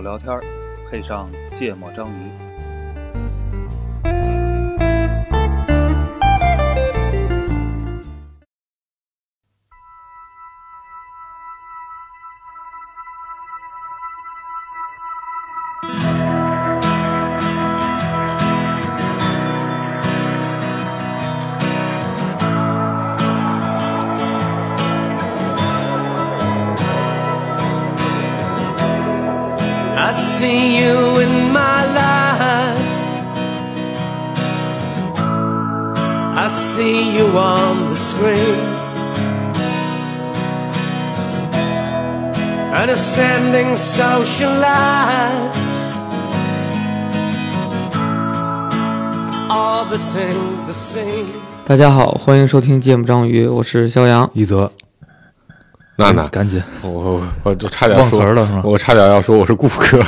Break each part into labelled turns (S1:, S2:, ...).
S1: 聊天，配上芥末章鱼。
S2: I see you in my life. I see you on the screen. And ascending social lights orbiting the scene.
S3: 大家好，欢迎收听《芥末章鱼》，我是肖阳。
S4: 一泽，
S5: 娜娜，
S4: 赶紧
S5: 我我我就差点
S4: 哎忘词
S5: 说
S4: 儿了是吗？啊
S5: 我差点要说我是顾客，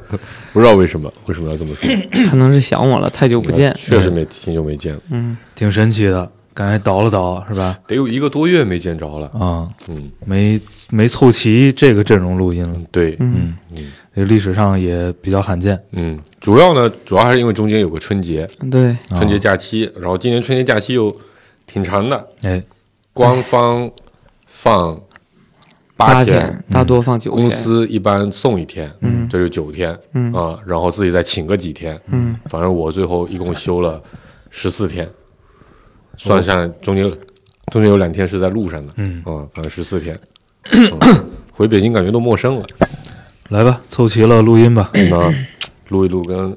S5: 不知道为什么为什么要这么 说，
S3: 可能是想我了，太久不见。
S5: 确实没挺久没见了，
S4: 嗯挺神奇的，刚才倒了倒 是吧？
S5: 得有一个多月没见着了。
S4: 啊、
S5: 嗯，
S4: 没没凑齐这个阵容录音了，
S5: 对，
S4: 这历史上也比较罕见。
S5: 嗯，主要呢，主要还是因为中间有个春节，
S3: 对，
S4: 啊
S5: 春节假期，然后今年春节假期又挺长的，
S4: 哎，
S5: 官方放
S3: 八
S5: 天，，
S3: 大多放九天。
S5: 嗯公司一般送一天，嗯，这就九天，嗯啊，然后自己再请个几天，嗯，反正我最后一共休了十四天，算下来中间有中间有两天是在路上的，哦嗯啊，反正十四天嗯回北京感觉都陌生了，
S4: 来吧，凑齐了录音 吧。
S5: 那录一录跟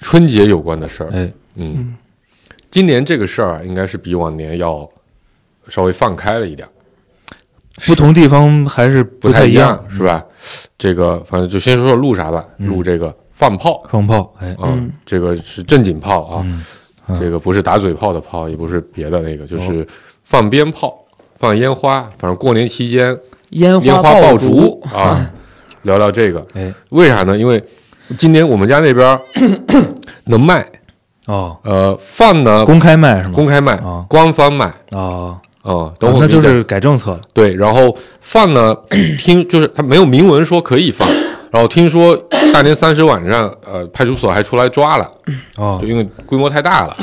S5: 春节有关的事儿，
S4: 哎，
S5: 嗯，今年这个事儿啊应该是比往年要稍微放开了一点儿，
S4: 不同地方还是不
S5: 太
S4: 太一
S5: 样，嗯是吧？这个反正就先说说录啥吧，录这个放炮。
S4: 放炮，哎，
S5: 啊，这个是正经炮啊，这个不是打嘴炮的炮，也不是别的那个，就是放鞭炮、放烟花，反正过年期间
S3: 烟
S5: 烟
S3: 花
S5: 花
S3: 爆
S5: 爆竹，啊，聊聊这个
S4: 哎，
S5: 为啥呢？因为今年我们家那边儿能卖，
S4: 哦，
S5: 呃，放呢
S4: 公开卖是吗？
S5: 公开卖
S4: 啊，
S5: 官方卖
S4: 哦，
S5: 啊，等会儿
S4: 啊那
S5: 给你
S4: 就
S5: 讲
S4: 是改政策了。
S5: 对，然后放呢， 听就是他没有明文说可以放，然后听说大年三十晚上，呃，派出所还出来抓了。
S4: 哦
S5: 啊就，因为规模太 大了。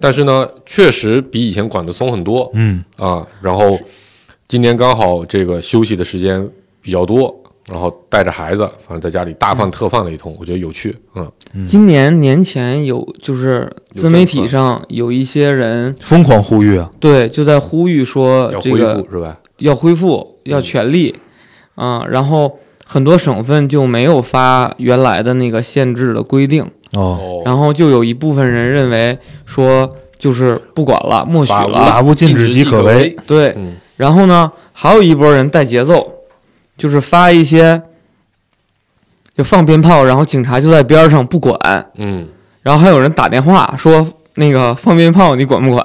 S5: 但是呢，确实比以前管得松很多
S4: 嗯，
S5: 啊。然后今年刚好这个休息的时间比较多，然后带着孩子，反正在家里大
S3: 嗯
S5: 放特放了一通，我觉得有趣。嗯，
S3: 今年年前有，就是自媒体上有一些人，
S4: 疯狂呼吁啊，
S3: 对，就在呼吁说
S5: 要
S3: 呃这
S5: 恢
S3: 个
S5: 复是嗯吧？
S3: 要恢复，要全力，啊、然后很多省份就没有发原来的那个限制的规定，
S4: 哦，
S5: 哦，
S3: 然后就有一部分人认为说就是不管了，默许
S5: 法
S3: 了，
S4: 法无啊禁止即可为。
S3: 对，
S5: 嗯
S3: 然后呢，还有一波人带节奏，就是发一些就放鞭炮，然后警察就在边上不管，
S5: 嗯
S3: 然后还有人打电话说那个放鞭炮你管不管？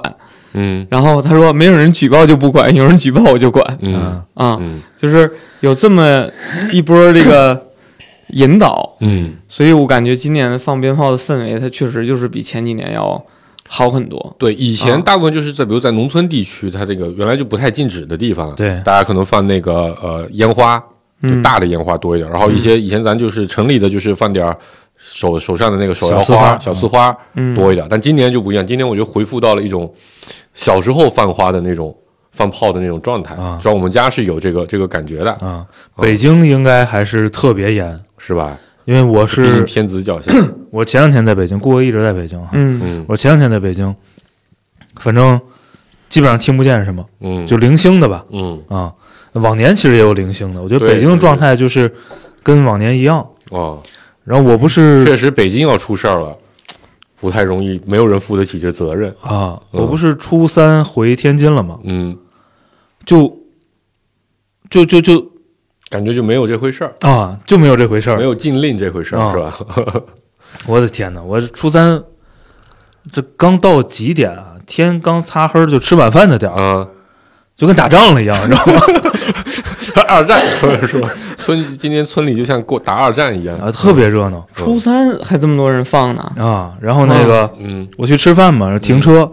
S5: 嗯
S3: 然后他说没有人举报就不管，有人举报我就管
S5: 嗯
S4: 嗯，
S3: 啊、
S5: 嗯
S3: 就是有这么一波这个 引导，
S5: 嗯，
S3: 所以我感觉今年放鞭炮的氛围，它确实就是比前几年要好很多。
S5: 对，以
S3: 啊
S5: 前大部分就是在比如在农村地区，它这个原来就不太禁止的地方，
S4: 对
S5: 大家可能放那个呃烟花，就
S3: 嗯
S5: 大的烟花多一点，然后一
S4: 嗯
S5: 些以前咱就是城里的，就是放点儿手手上的那个手摇
S4: 小丝花嗯
S5: 花、小丝花多一点。但今年就不一样，今年我就恢复到了一种小时候放花的那种放炮的那种状态。
S4: 啊
S5: 知道我们家是有这个这个感觉的，
S4: 啊，北京应该还是特别严，
S5: 是吧？
S4: 因为我
S5: 毕竟
S4: 是
S5: 天子 脚下，
S4: 我前两天在北京，顾哥一直在北京哈，
S3: 嗯
S5: 嗯
S4: 我前两天在北京，反正基本上听不见什么，
S5: 嗯，
S4: 就零星的吧，
S5: 嗯
S4: 啊，往年其实也有零星的，我觉得
S5: 对
S4: 北京的状态就是跟往年一样。
S5: 哦，
S4: 然后我不是
S5: 确实北京要出事儿了，不太容易，没有人负得起这责任。
S4: 啊，
S5: 嗯
S4: 我不是初三回天津了吗？
S5: 嗯，
S4: 就就就就
S5: 感觉就没有这回事儿，
S4: 啊，就没有这回事
S5: 没
S4: 儿。
S5: 有禁令这回事儿，
S4: 啊
S5: 是吧？
S4: 我的天哪，我初三这刚到几点啊？天刚擦黑儿就吃晚饭的点 儿，
S5: 啊，
S4: 就跟打仗了一样， 你知道吗？
S5: 二战 是吧？村今天村里就像过打二战一样。
S4: 啊，特别热闹
S3: 初三还这么多人放呢，
S4: 啊。然后那个。
S5: 嗯
S4: 我去吃饭嘛，停车，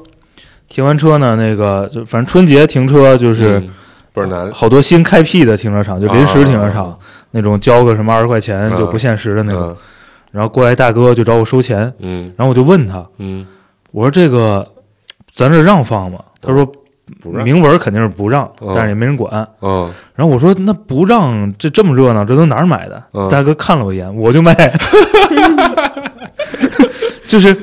S4: 停完车呢，那个就反正春节停车就是
S5: 嗯倍儿难。
S4: 好多新开辟的停车场，就临时停车场、
S5: 啊
S4: 那种，交个什么二十块钱就不限时的那种。
S5: 嗯
S4: 然后过来大哥就找我收钱，
S5: 嗯
S4: 然后我就问他，
S5: 嗯，
S4: 我说这个咱这让放吗？他说
S5: 不让，
S4: 明文肯定是不让，
S5: 嗯
S4: 但是也没人管。
S5: 嗯，
S4: 然后我说那不让这这么热闹，这都哪儿买的？
S5: 嗯
S4: 大哥看了我一眼，我就卖。就是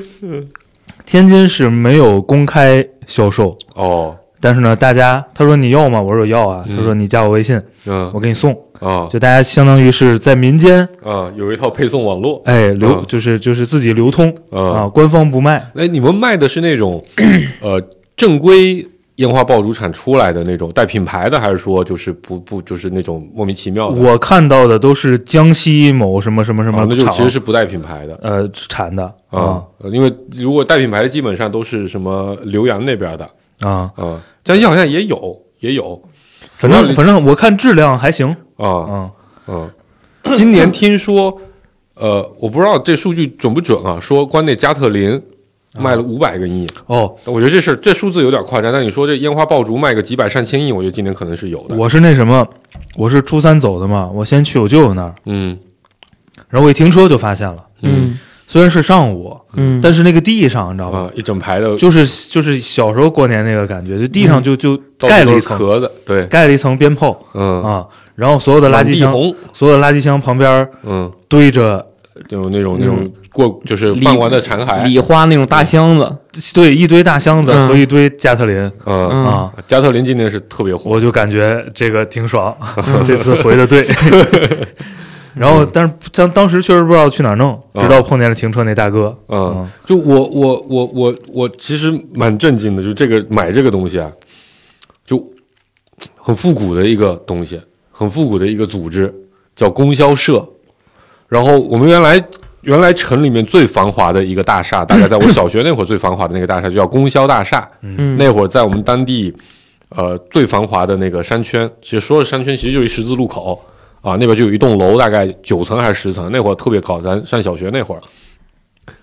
S4: 天津是没有公开销售，
S5: 哦，
S4: 但是呢，大家他说你要吗？我说要啊。
S5: 嗯
S4: 他说你加我微信，
S5: 嗯，
S4: 我给你送。
S5: 啊
S4: 就大家相当于是在民间，
S5: 啊，有一套配送网络
S4: 哎，流、
S5: 嗯
S4: 就是就是自己流通啊，
S5: 啊。
S4: 官方不卖。
S5: 哎，你们卖的是那种 呃正规烟花爆竹产出来的那种带品牌的，还是说就是不不就是那种莫名其妙的？
S4: 我看到的都是江西某什么什么什么
S5: 啊，嗯那就
S4: 厂，
S5: 其实是不带品牌的
S4: 呃产的
S5: 啊，呃因为如果带品牌的，基本上都是什么浏阳那边的
S4: 啊，
S5: 啊，江西好像也有也有
S4: 反
S5: 主要
S4: 正反正我看质量还行
S5: 啊
S4: 啊，
S5: 嗯，今年听说，呃，我不知道这数据准不准啊，说关内加特林卖了五百个亿，
S4: 哦，
S5: 我觉得这事儿这数字有点夸张。但你说这烟花爆竹卖个几百上千亿，我觉得今年可能是有的。
S4: 我是那什么，我是初三走的嘛，我先去我舅舅那儿，
S5: 嗯
S4: 然后我一停车就发现了，
S3: 嗯
S4: 虽然是上午，
S3: 嗯，
S4: 但是那个地上你知道吧，
S5: 啊，一整排的
S4: 就是就是小时候过年那个感觉，就地上就就
S5: 嗯到
S4: 盖
S5: 处
S4: 了一
S5: 都是
S4: 层
S5: 壳子，对，
S4: 盖了一层鞭炮
S5: 嗯，
S4: 啊，然后所有的垃
S5: 满
S4: 圾
S5: 地
S4: 箱，
S5: 红，
S4: 所有的垃圾箱旁边
S5: 嗯，
S4: 堆着
S5: 那种那种那种过就是放完的残骸，
S3: 礼花那种大箱子，
S4: 对一堆大箱子
S3: 嗯
S4: 和一堆加特林
S5: 嗯，
S3: 嗯
S4: 啊，
S5: 加特林今年是特别火
S4: 我就感觉这个 挺爽，这次回的对。然后，但是当当时确实不知道去哪儿弄，
S5: 嗯
S4: 直到碰见了停车那大哥。
S5: 嗯
S4: 嗯，
S5: 就我我我我我其实蛮震惊的，就这个买这个东西啊，就很复古的一个东西，很复古的一个组织叫供销社。然后我们原来原来城里面最繁华的一个大厦，大概在我小学那会儿最繁华的那个大厦就叫供销大厦。
S3: 嗯
S5: 那会儿在我们当地，呃，最繁华的那个山圈，其实说是山圈，其实就是一十字路口啊，那边就有一栋楼，大概九层还是十层，那会儿特别高，咱上小学那会儿。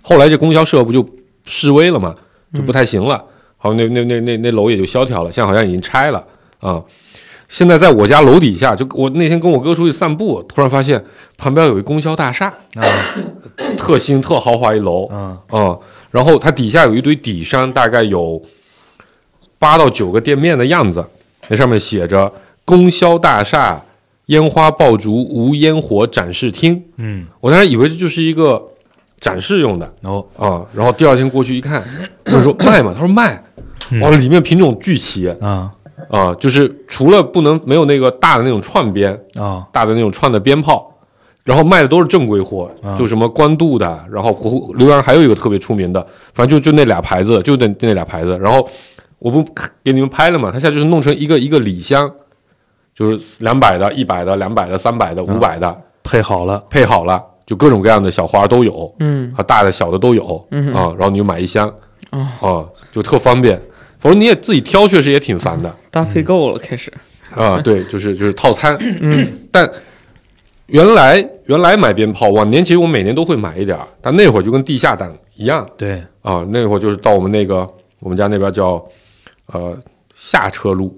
S5: 后来这供销社不就示威了嘛，
S4: 嗯
S5: 就不太行了，好那那那那那楼也就萧条了，现在好像已经拆了啊。现在在我家楼底下，就我那天跟我哥出去散步，突然发现旁边有一供销大厦，
S4: 啊
S5: 特新特豪华一楼，
S4: 嗯
S5: 嗯，然后它底下有一堆底商，大概有八到九个店面的样子。那上面写着“供销大厦烟花爆竹无烟火展示厅
S4: 嗯”，，
S5: 我当时以为这就是一个展示用的
S4: 然后
S5: 啊、然后第二天过去一看，我说卖吗？他说卖。哇，里面品种巨齐啊、
S4: 啊
S5: 就是除了不能没有那个大的那种串边，
S4: 啊
S5: 大的那种串的鞭炮，然后卖的都是正规货，就什么官渡的，然后胡浏阳还有一个特别出名的，反正就就那俩牌子，就那那俩牌子。然后我不给你们拍了嘛，他现在就是弄成一个一个礼箱，就是两百的、一百的、两百的、三百的、五百的，
S4: 配好了，
S5: 配好了，就各种各样的小花都有，
S3: 嗯
S5: 啊，大的小的都有，
S3: 嗯
S5: 啊，然后你就买一箱，
S3: 哦
S5: 啊，就特方便。否则你也自己挑，确实也挺 烦的。
S3: 搭配够了，开始，
S5: 啊，对，就是就是套餐。
S3: 嗯
S5: 但原来原来买鞭炮，往年其实我每年都会买一点儿，但那会儿就跟地下党一样
S4: 对，
S5: 啊，那会儿就是到我们那个我们家那边叫呃下车路，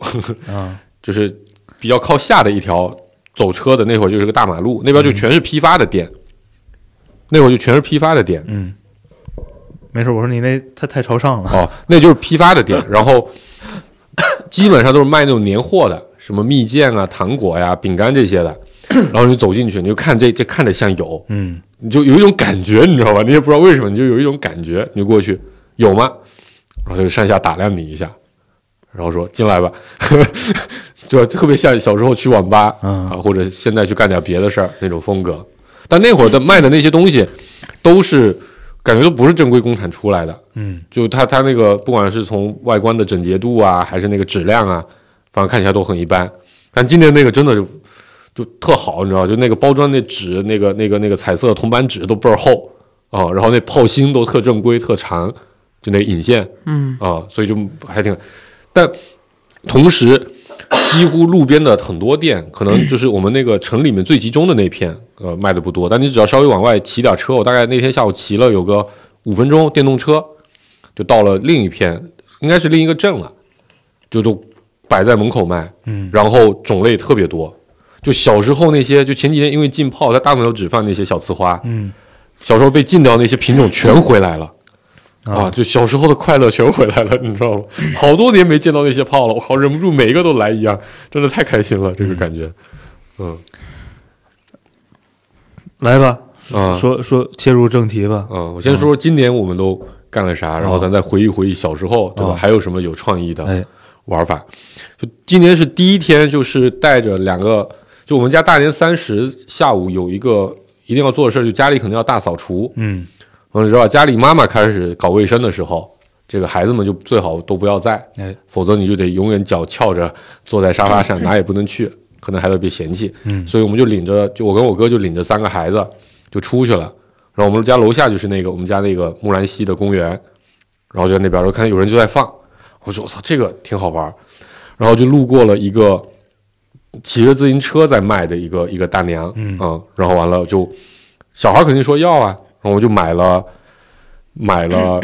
S4: 啊
S5: 就是比较靠下的一条走车的，那会儿就是个大马路，那
S4: 嗯
S5: 边就全是批发的店，那会儿就全是批发的店。
S4: 嗯，没事，我说你那他太朝上了，
S5: 哦，那就是批发的店，然后基本上都是卖那种年货的，什么蜜饯啊、糖果呀、饼干这些的。然后你走进去，你就看这这看着像有，
S4: 嗯
S5: 你就有一种感觉，你知道吧？你也不知道为什么，你就有一种感觉，你就过去有吗？然后他就上下打量你一下，然后说进来吧， 就特别像小时候去网吧、
S4: 嗯
S5: 啊，或者现在去干点别的事儿那种风格。但那会儿的卖的那些东西，都是感觉都不是正规工厂出来的，
S4: 嗯
S5: 就它它那个不管是从外观的整洁度啊，还是那个质量啊，反正看起来都很一般。但今年那个真的就就特好，你知道，就那个包装那纸，那个那个那个彩色铜板纸都倍儿厚啊、然后那炮芯都特正规、特长，就那个引线
S3: 嗯
S5: 啊、所以就还挺。但同时，几乎路边的很多店，可能就是我们那个城里面最集中的那片，呃，卖的不多。但你只要稍微往外骑点车，我大概那天下午骑了有个五分钟，电动车就到了另一片，应该是另一个镇了，就都摆在门口卖，
S4: 嗯，
S5: 然后种类特别多。就小时候那些，就前几天因为禁炮，它大部分都只放那些小刺花，
S4: 嗯，
S5: 小时候被禁掉那些品种全回来了。
S4: 啊
S5: 啊，就小时候的快乐全回来了，你知 道吗？好多年没见到那些炮了，我靠，忍不住每一个都来一样，真的太开心了，这个感觉。嗯
S4: 来吧，
S5: 啊，
S4: 嗯说说切入正题吧。
S5: 嗯，我先说说今年我们都干了啥，
S4: 啊
S5: 然后咱再回忆回忆小时候，对吧？
S4: 哦
S5: 还有什么有创意的
S4: 哎，
S5: 玩法？就今年是第一天，就是带着两个，就我们家大年三十下午有一个一定要做的事儿，就家里肯定要大扫除。
S4: 嗯
S5: 嗯，你知道家里妈妈开始搞卫生的时候，这个孩子们就最好都不要在，
S4: 哎
S5: 否则你就得永远脚翘着坐在沙发 上，哪也不能去，可能孩子被嫌弃。
S4: 嗯
S5: 所以我们就领着，就我跟我哥就领着三个孩子就出去了。然后我们家楼下就是那个我们家那个木兰溪的公园，然后就在那边，我看有人就在放，我说我操，这个挺好玩儿。然后就路过了一个骑着自行车在卖的一个一个大娘，啊
S4: 嗯
S5: 然后完了就小孩肯定说要啊，然后我就买了买了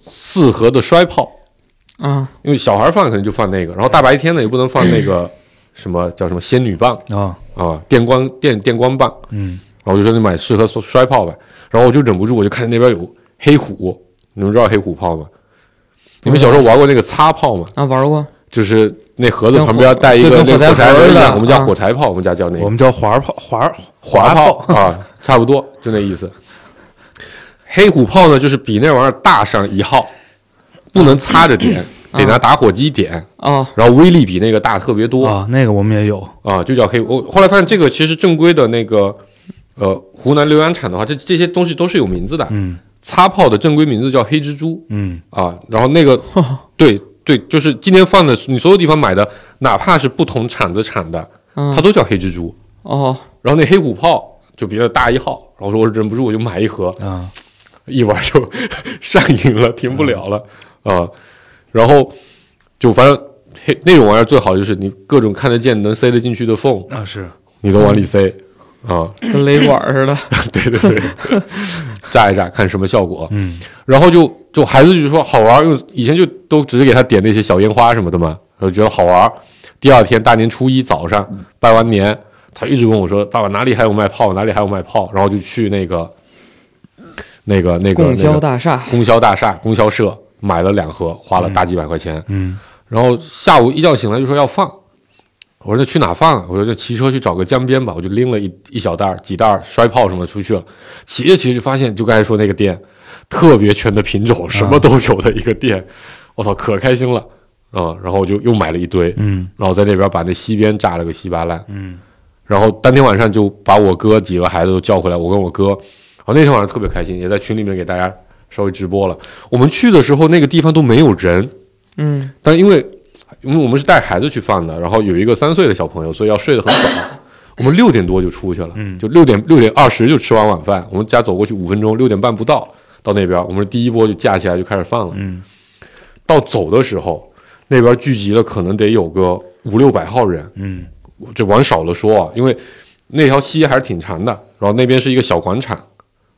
S5: 四盒的摔炮，
S3: 啊，
S5: 因为小孩放可能就放那个，然后大白天呢也不能放那 个什么叫什么仙女棒
S4: 啊
S5: 啊，电光电电光棒，
S4: 嗯
S5: 然后我就说你买适合摔摔炮吧，然后我就忍不住我就看见那边有黑虎，你们知道黑虎炮吗？你们小时候玩过那个擦炮吗？
S3: 啊，玩过，
S5: 就是那盒子旁边带一个
S3: 跟火
S5: 那
S3: 对跟
S5: 个火
S3: 火
S5: 柴
S3: 柴
S5: 盒
S3: 盒
S5: 一
S3: 一
S5: 样，
S3: 样
S5: 我们叫
S3: 啊
S5: 火柴炮，我们家叫那个
S4: 我们叫滑炮滑
S5: 滑炮啊，差不多就那意思。黑虎炮呢，就是比那玩意儿大上一号，不能擦着
S3: 嗯
S5: 点，得拿打火机点，
S3: 哦，
S5: 然后威力比那个大特别多
S4: 啊，那个我们也有。
S5: 啊，就叫黑。我后来发现这个其实正规的那个，呃，湖南浏阳产的话，这这些东西都是有名字的。
S4: 嗯
S5: 擦炮的正规名字叫黑蜘蛛
S4: 嗯
S5: 啊，然后那个对对，就是今天放的，你所有地方买的，哪怕是不同厂子产的，它
S3: 嗯，
S5: 都叫黑蜘蛛。
S3: 哦，
S5: 然后那黑虎炮就比那大一号，然后说我忍不住我就买一盒，
S4: 啊
S5: 一玩就 上瘾了，停不了了啊、然后就反正黑那种玩意儿最好就是你各种看得见能塞得进去的缝，
S4: 啊是
S5: 你都往里塞啊、
S3: 跟雷管似的，
S5: 对对对，炸一炸看什么效果。
S4: 嗯
S5: 然后就就孩子就说好玩儿，因为以前就都只是给他点那些小烟花什么的嘛，然后觉得好玩儿。第二天大年初一早上拜完年，他一直问我说：“爸爸哪里还有卖炮？哪里还有卖炮？”然后就去那个那个那个
S3: 供
S5: 那
S3: 销
S5: 个
S3: 大厦，
S5: 供销大厦供销社买了两盒，花了大几百块钱。
S4: 嗯
S5: 然后下午一觉醒来就说要放，我说那去哪放、啊？我说就骑车去找个江边吧，我就拎了一一小袋儿几袋儿摔炮什么的出去了。骑着骑着就发现，就刚才说那个店，特别全的品种，什
S4: 嗯
S5: 么都有的一个店，我操，可开心了啊、嗯！然后我就又买了一堆，
S4: 嗯
S5: 然后在那边把那西边炸了个稀巴烂。
S4: 嗯
S5: 然后当天晚上就把我哥几个孩子都叫回来，我跟我哥，然后那天晚上特别开心，也在群里面给大家稍微直播了。我们去的时候那个地方都没有人，
S3: 嗯，
S5: 但因为因为我们是带孩子去放的，然后有一个三岁的小朋友，所以要睡得很 早。我们六点多就出去了，
S4: 嗯
S5: 就六点六点二十就吃完晚饭。我们家走过去五分钟，六点半不到到那边，我们第一波就架起来就开始放了。
S4: 嗯
S5: 到走的时候，那边聚集了可能得有个五六百号人，
S4: 嗯
S5: 这往少了说啊，因为那条溪还是挺长的，然后那边是一个小广场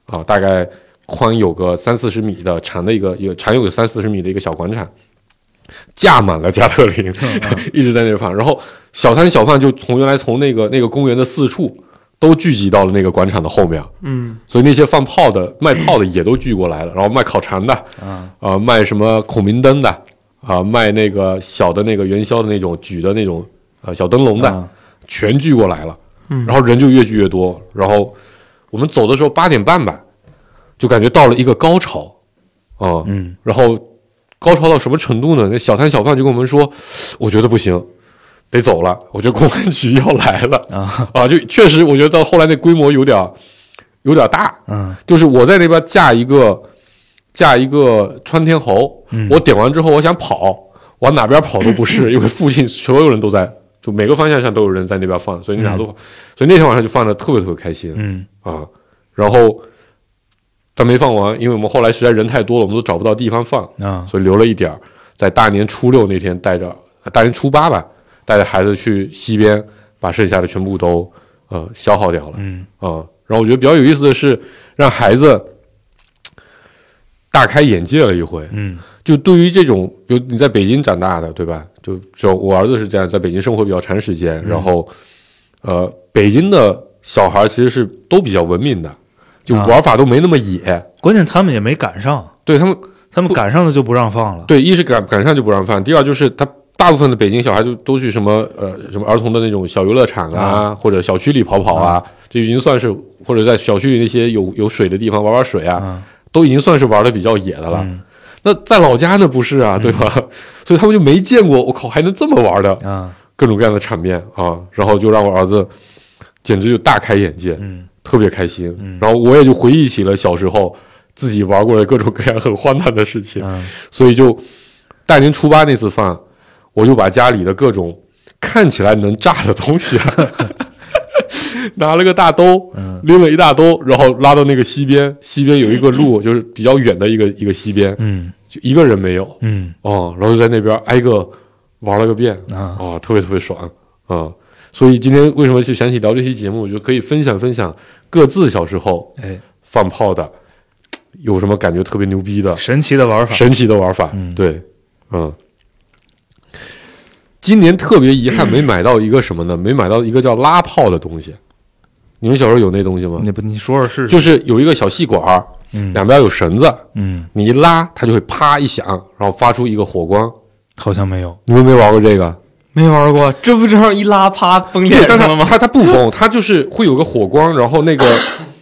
S5: 啊，大概宽有个三四十米的，长的一个有长有个三四十米的一个小广场，架满了加特林， 一直在那放。然后小摊小贩就从原来从那个那个公园的四处都聚集到了那个广场的后面，
S3: 嗯，
S5: 所以那些放炮的、卖炮的也都聚过来了，然后卖烤肠的，啊、呃，卖什么孔明灯的，啊、卖那个小的那个元宵的那种举的那种呃小灯笼的，
S4: 啊
S5: 全聚过来了，
S3: 嗯
S5: 然后人就越聚越多。然后我们走的时候八点半吧，就感觉到了一个高潮，啊、
S4: 嗯
S5: 然后高潮到什么程度呢？那小摊小贩就跟我们说，我觉得不行，得走了，我觉得公安局要来了
S4: 啊
S5: 啊！就确实，我觉得到后来那规模有点儿有点儿大，
S4: 嗯
S5: 就是我在那边架一个架一个穿天猴，
S4: 嗯
S5: 我点完之后我想跑，往哪边跑都不 是，因为附近所有人都在，就每个方向上都有人在那边放，所以你哪都，所以那天晚上就放的特别特别开心、
S4: 嗯
S5: 啊。然后但没放完，因为我们后来实在人太多了，我们都找不到地方放，
S4: 啊
S5: 所以留了一点儿，在大年初六那天带着呃大年初八吧，带着孩子去西边把剩下的全部都呃消耗掉了。
S4: 嗯
S5: 啊、然后我觉得比较有意思的是，让孩子大开眼界了一回。
S4: 嗯
S5: 就对于这种，有你在北京长大的，对吧？就就我儿子是这样，在北京生活比较长时间，
S4: 嗯
S5: 然后，呃，北京的小孩其实是都比较文明的，就
S4: 啊
S5: 玩法都没那么野。
S4: 关键他们也没赶上，
S5: 对他们，
S4: 他们赶上了就不让放了。
S5: 对一是赶赶上就不让犯，第二就是他大部分的北京小孩就都去什么呃什么儿童的那种小游乐场啊，或者小区里跑跑啊，这已经算是或者在小区里那些有有水的地方玩玩水啊，
S4: 嗯
S5: 都已经算是玩的比较野的了。
S4: 嗯
S5: 那在老家那不是啊，对吧？ 所以他们就没见过，我靠，还能这么玩的
S4: 啊，
S5: 各种各样的场面啊！然后就让我儿子简直就大开眼界，
S4: 嗯
S5: 特别开心。
S4: 嗯
S5: 然后我也就回忆起了小时候自己玩过的各种各样很荒诞的事情，
S4: 嗯
S5: 所以就大年初八那次饭，我就把家里的各种看起来能炸的东西、 啊。拿了个大兜，
S4: 嗯
S5: 拎了一大兜，然后拉到那个溪边，溪边有一个路，就是比较远的一个一个溪边，
S4: 嗯
S5: 就一个人没有，
S4: 嗯
S5: 哦，然后就在那边挨个玩了个遍，
S4: 啊，
S5: 哦，特别特别爽啊、嗯所以今天为什么就想起聊这期节目，就可以分享分享各自小时候
S4: 哎，
S5: 放炮的有什么感觉特别牛逼的
S4: 神奇的玩法，
S5: 神奇的玩法。
S4: 嗯
S5: 对，嗯。今年特别遗憾没买到一个什么呢？没买到一个叫拉炮的东西。你们小时候有那东西吗？
S4: 你不你说说试 试？
S5: 就是有一个小细管儿，
S4: 嗯
S5: 两边有绳子，
S4: 嗯，
S5: 你一拉它就会啪一响，然后发出一个火光。
S4: 好像没有，
S5: 你们没玩过这个？
S3: 没玩过，这不正好一拉啪崩脸
S5: 但
S3: 上
S5: 它
S3: 了吗？
S5: 它它不崩，它就是会有个火光，然后那 个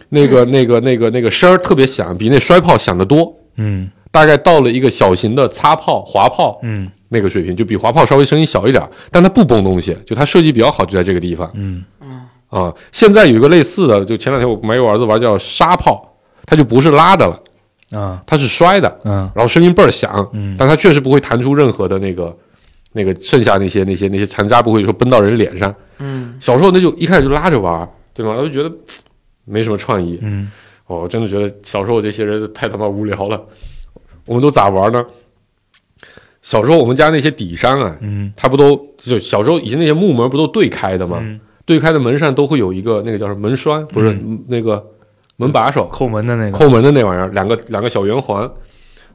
S5: 那个那个那个那个声儿特别响，比那摔炮响得多。
S4: 嗯
S5: 大概到了一个小型的擦炮、滑炮
S4: 嗯
S5: 那个水平，就比滑炮稍微声音小一点儿，但它不崩东西，就它设计比较好，就在这个地方
S4: 嗯
S5: 啊。现在有一个类似的，就前两天我陪我儿子玩叫沙炮，它就不是拉的了，
S4: 啊
S5: 它是摔的，
S4: 嗯
S5: 然后声音倍儿响，
S4: 嗯
S5: 但它确实不会弹出任何的那个那个剩下那些那些那些残渣不会说崩到人脸上。
S3: 嗯，
S5: 小时候那就一开始就拉着玩儿，对吗？我就觉得嘖没什么创意。
S4: 嗯
S5: 哦，我真的觉得小时候这些人太他妈无聊了。我们都咋玩呢？小时候我们家那些底商啊，
S4: 嗯
S5: 他不都就小时候以前那些木门不都对开的吗？
S4: 嗯，
S5: 对开的门上都会有一个那个叫什么门栓，不是、那个门把手
S4: 扣门的那个，
S5: 扣门的那玩意儿，两个两个小圆环。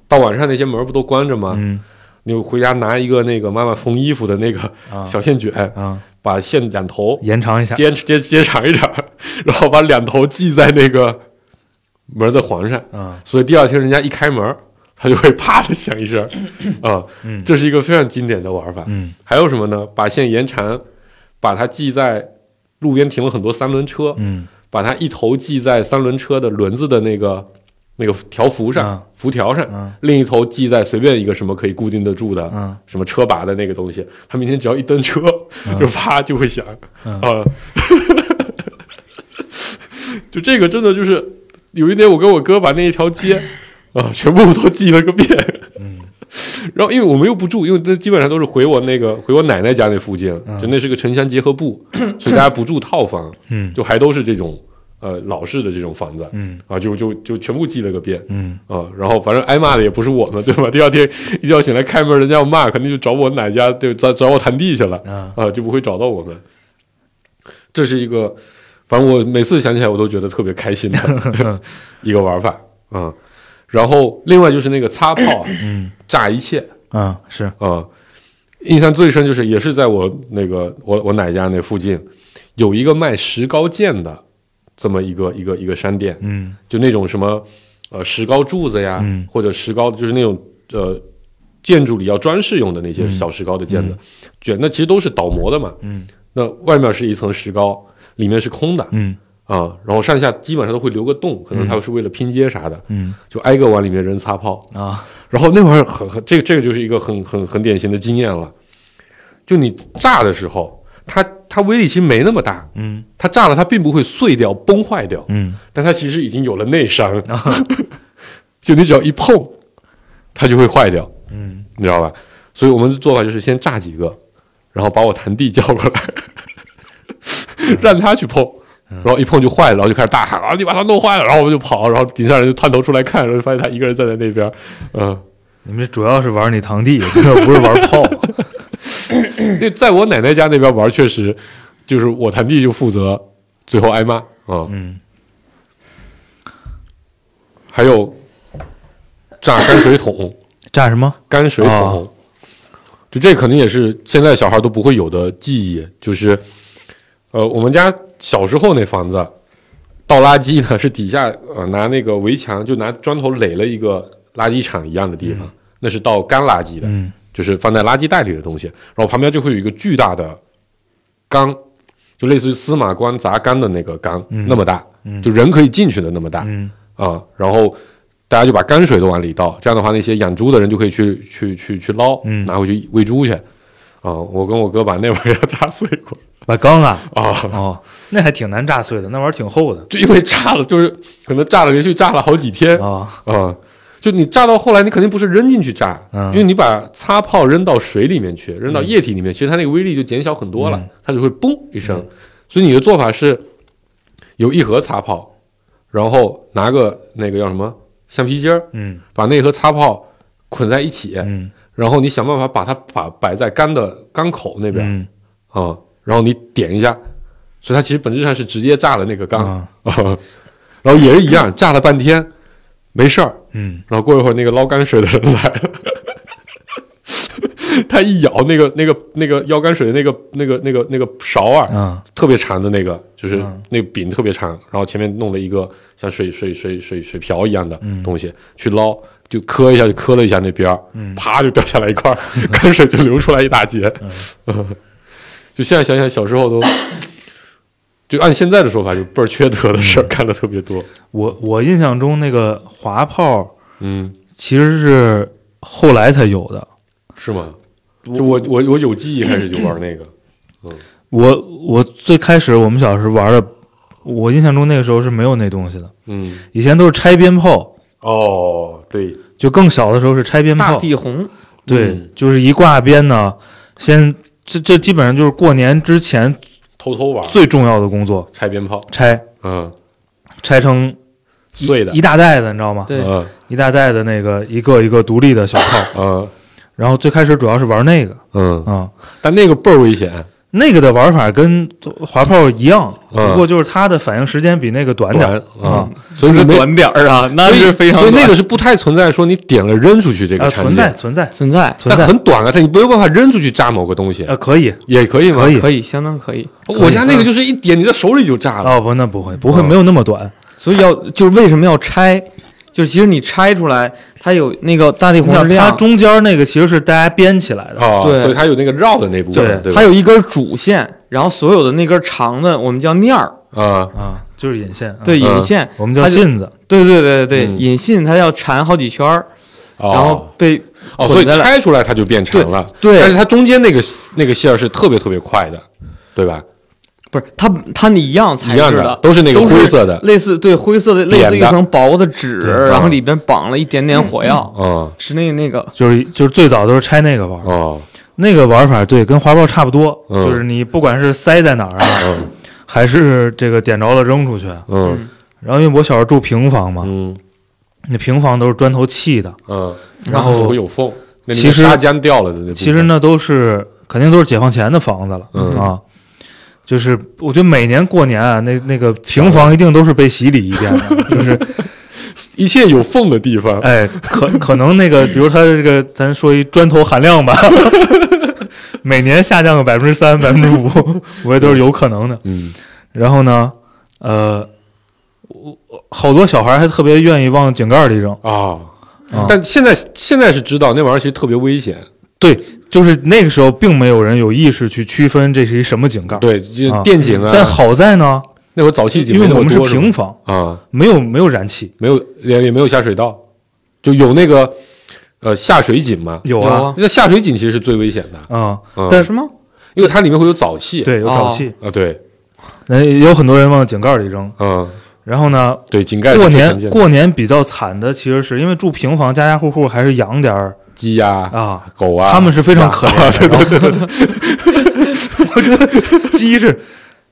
S5: 到晚上那些门不都关着吗？
S4: 嗯
S5: 你回家拿一个那个妈妈缝衣服的那个
S4: 啊
S5: 小线卷，
S4: 啊，
S5: 把线两头
S4: 延长一下，
S5: 接接接长一点儿， 然后把两头系在那个门的环上，
S4: 啊
S5: 所以第二天人家一开门，它就会啪的响一 声，啊、
S4: 嗯
S5: 这是一个非常经典的玩法。
S4: 嗯
S5: 还有什么呢？把线延长，把它系在路边停了很多三轮车，
S4: 嗯
S5: 把它一头系在三轮车的轮子的那个那个条幅上、
S4: 啊
S5: 辐条上，
S4: 啊
S5: 另一头系在随便一个什么可以固定得住的，
S4: 啊
S5: 什么车把的那个东西，它明天只要一蹬车，就啪就会响
S4: 嗯
S5: 啊。 就这个真的就是，有一天我跟我哥把那一条街啊全部都记了个遍。然后因为我们又不住，因为那基本上都是回我那个回我奶奶家那附近，就那是个城乡结合部，所以大家不住套房，
S4: 嗯
S5: 就还都是这种呃老式的这种房子
S4: 嗯
S5: 啊，就就就全部记了个遍。
S4: 嗯
S5: 啊，然后反正挨骂的也不是我们，对吧？第二天一觉醒来开门，人家要骂，肯定就找我奶家，对，找找我堂弟去了，
S4: 啊
S5: 啊，就不会找到我们。这是一个，反正我每次想起来我都觉得特别开心 的一个玩法啊、嗯然后另外就是那个擦炮啊，
S4: 嗯
S5: 炸一切
S4: 啊是
S5: 啊、印象最深就是也是在我那个我我奶家那附近，有一个卖石膏剑的这么一个一个一个商店，
S4: 嗯
S5: 就那种什么呃石膏柱子呀，
S4: 嗯
S5: 或者石膏就是那种呃建筑里要装饰用的那些小石膏的毽子，卷那其实都是倒模的嘛。
S4: 嗯
S5: 那外面是一层石膏，里面是空的啊、
S4: 嗯
S5: 然后上下基本上都会留个洞，可能它是为了拼接啥的，
S4: 嗯
S5: 就挨个往里面扔擦炮。
S4: 啊
S5: 然后那会儿很很，这个这个就是一个很很很典型的经验了，就你炸的时候，它它威力其实没那么大，
S4: 嗯
S5: 它炸了它并不会碎掉、崩坏掉，
S4: 嗯
S5: 但它其实已经有了内伤， 就你只要一碰，它就会坏掉，
S4: 嗯
S5: 你知道吧？所以我们的做法就是先炸几个，然后把我堂弟叫过来， 让他去碰，然后一碰就坏了，然后就开始大喊啊，你把它弄坏了，然后我们就跑，然后底下人就探头出来看，然后就发现他一个人站在那边，嗯。
S4: 你们这主要是玩你堂 弟，这不是玩炮，
S5: 那在我奶奶家那边玩，确实就是我堂弟就负责最后挨骂啊、嗯
S4: 嗯
S5: 还有炸泔水桶，
S4: 蘸什么？
S5: 泔水口
S4: 啊
S5: 红，就这肯定也是现在小孩都不会有的记忆，就是，呃，我们家小时候那房子倒垃圾呢是底下呃拿那个围墙就拿砖头垒了一个垃圾场一样的地方，那是倒干垃圾的，
S4: 嗯
S5: 就是放在垃圾袋里的东西，然后旁边就会有一个巨大的缸，就类似于司马光砸缸的那个缸、那么大，就人可以进去的那么大，
S4: 嗯
S5: 啊、然后大家就把泔水都往里倒，这样的话，那些养猪的人就可以去去去去捞，
S4: 嗯
S5: 拿回去喂猪去。啊、我跟我哥把那玩意儿炸碎过
S4: 把缸啊，
S5: 啊、
S4: 哦，那还挺难炸碎的，那玩意儿挺厚的
S5: 就因为炸了，就是可能炸了连续炸了好几 天啊、
S4: 啊。
S5: 就你炸到后来，你肯定不是扔进去炸，
S4: 嗯
S5: 因为你把擦炮扔到水里面去，扔到液体里面，其实它那个威力就减小很多了，
S4: 嗯
S5: 它就会嘣一声。所以你的做法是有一盒擦炮，然后拿个那个叫什么橡皮筋儿，
S4: 嗯
S5: 把那和擦炮捆在一起，
S4: 嗯
S5: 然后你想办法把它把摆在杆的杆口那边
S4: 嗯
S5: 啊、然后你点一下，所以它其实本质上是直接炸了那个缸
S4: 啊
S5: 啊、 然后也是一样，炸了半天没事儿，
S4: 嗯
S5: 然后过一会儿那个捞泔水的人来了。 他一咬那个那个那个舀泔水的那个那个那个那个勺啊，
S4: 啊
S5: 特别长的那个，就是
S4: 嗯
S5: 那个柄特别长，然后前面弄了一个像水水水水水瓢一样的
S4: 嗯
S5: 东西、去捞，就磕一下就磕了一下那边儿，
S4: 嗯
S5: 啪就掉下来一块儿， 泔水就流出来一大截。
S4: 嗯
S5: 就现在想想小时候都，就按现在的说法就倍儿缺德的事
S4: 嗯
S5: 儿干的特别多。
S4: 我我印象中那个滑炮
S5: 嗯，
S4: 其实是后来才有的。
S5: 是吗？就我我我有记忆开始就玩那个，
S4: 我我最开始我们小时候玩的，我印象中那个时候是没有那东西的，
S5: 嗯，
S4: 以前都是拆鞭炮，
S5: 哦，对，
S4: 就更小的时候是拆鞭
S3: 大
S4: 炮，
S3: 地红，
S4: 对
S5: 嗯，
S4: 就是一挂鞭呢，先这这基本上就是过年之前
S5: 偷偷玩
S4: 最重要的工作，
S5: 拆鞭炮，
S4: 拆
S5: 嗯，
S4: 拆成
S5: 碎的
S4: 一，大袋子，你知道吗？
S3: 对，
S5: 嗯
S4: 一大袋的那个一个一个独立的小炮，
S5: 嗯
S4: 然后最开始主要是玩那个
S5: 嗯，
S4: 啊、
S5: 但那个倍儿危险。
S4: 那个的玩法跟滑炮一样，
S5: 嗯
S4: 不过就是它的反应时间比那个短点儿
S5: 啊
S4: 啊，
S5: 所以
S3: 是
S5: 说没
S3: 短点儿啊，那
S5: 所以
S3: 是非常
S5: 所以那
S3: 短
S5: 个是不太存在说你点了扔出去这
S4: 啊
S5: 个场景，
S4: 存在存在
S3: 存在
S4: 存
S5: 但
S4: 在
S5: 很短啊，它你没有办法扔出去炸某个东西，
S4: 啊，可以
S5: 也可以吗？
S4: 可以
S3: 可以，相当可以。
S5: 我家那个就是一点你在手里就炸了，
S4: 哦不，那不会不会
S5: 啊嗯
S4: 没有那么短，
S3: 所以要就是为什么要拆？就是其实你拆出来，它有那个大地
S4: 你
S3: 红是
S4: 想
S3: 这
S4: 它
S3: 样，
S4: 中间那个其实是大家编起来的，
S5: 啊，
S3: 对
S5: 所以它有那个绕的那部分，
S4: 对
S5: 对吧？
S3: 它有一根主线，然后所有的那根长的我们叫链儿，
S5: 啊，
S4: 啊，就是引线，啊
S3: 对
S5: 嗯
S3: 引线，
S4: 我们叫
S3: 它就
S4: 信子，
S3: 对对对对对，
S5: 嗯
S3: 引信它要缠好几圈儿，
S5: 然
S3: 然后被
S5: 哦，所
S3: 捆
S5: 以
S3: 在了
S5: 拆出来它就变长了，
S3: 对对
S5: 但是它中间那个那个线儿是特别特别快的，对吧？
S3: 不是它它那一样材
S5: 一样
S3: 质
S5: 的都是那个灰色的
S3: 类似对灰色的，类似
S5: 扁
S3: 一
S5: 的
S3: 层薄的纸，
S4: 对
S3: 然后
S5: 嗯
S3: 里边绑了一点点火药，
S5: 嗯
S3: 是那个那个
S4: 就是就是最早都是拆那个玩儿，
S5: 哦
S4: 那个玩法对跟滑炮差不多，
S5: 嗯
S4: 就是你不管是塞在哪儿啊，
S5: 嗯
S4: 还是这个点着了扔出去，
S5: 嗯
S4: 然后因为我小时候住平房嘛，
S5: 嗯
S4: 那平房都是砖头砌的，
S5: 嗯，
S4: 然
S5: 就
S4: 后
S5: 会有缝，那里面
S4: 其实
S5: 沙浆掉了的那部分
S4: 其实，那都是肯定都是解放前的房子了、
S5: 嗯
S4: 啊。就是我觉得每年过年啊，那那个平房一定都是被洗礼一遍的，就是
S5: 一切有缝的地方，
S4: 哎，可可能那个，比如它这个，咱说一砖头含量吧， 每年下降个百分之三、百分之五，我觉得都是有可能的。
S5: 嗯
S4: 然后呢，呃，我好多小孩还特别愿意往井盖里扔，
S5: 啊
S4: 嗯啊。
S5: 但现在现在是知道那玩意儿其实特别危险，
S4: 对，就是那个时候并没有人有意识去区分这是一什么井盖。，
S5: 对，就
S4: 啊
S5: 电井啊。
S4: 但好在呢，
S5: 那会儿早期井
S4: 因
S5: 没
S4: 为
S5: 那
S4: 我
S5: 么
S4: 们是
S5: 多吧
S4: 平房，
S5: 啊，
S4: 没有没有燃气，
S5: 没有也也没有下水道，就有那个呃下水井嘛。
S4: 有
S3: 有
S4: 啊
S3: 啊，
S5: 那下水井其实是最危险的，
S4: 啊，
S5: 嗯、
S4: 但
S3: 是吗？
S5: 因为它里面会有沼气。
S4: 对，有沼气，
S5: 啊，对，
S4: 那也有很多人往井盖里扔。
S5: 嗯，
S4: 然后呢，
S5: 对，井盖是
S4: 过
S5: 最
S4: 年
S5: 常见的
S4: 过年比较惨的，其实是因为住平房，家家户户还是养点儿
S5: 鸡呀、
S4: 啊，
S5: 狗啊，
S4: 他们是非常可怜的。对对对 我觉得鸡是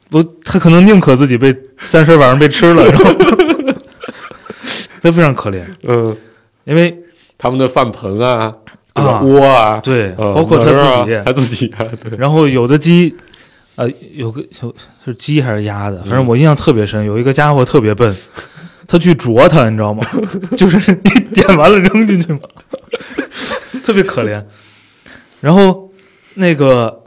S4: 不，他可能宁可自己被三十晚上被吃了，然后 他非常可怜，
S5: 嗯，
S4: 因为
S5: 他们的饭盆啊，对吧
S4: 啊
S5: 窝啊，
S4: 对，
S5: 嗯
S4: 包括他
S5: 门儿啊
S4: 自己，
S5: 他自己啊，对，
S4: 然后有的鸡。呃，有个就是鸡还是鸭
S5: 嗯
S4: 的，反正我印象特别深。有一个家伙特 别笨，他去啄它，你知道吗？就是你点完了扔进去嘛， 特别可怜。然后那个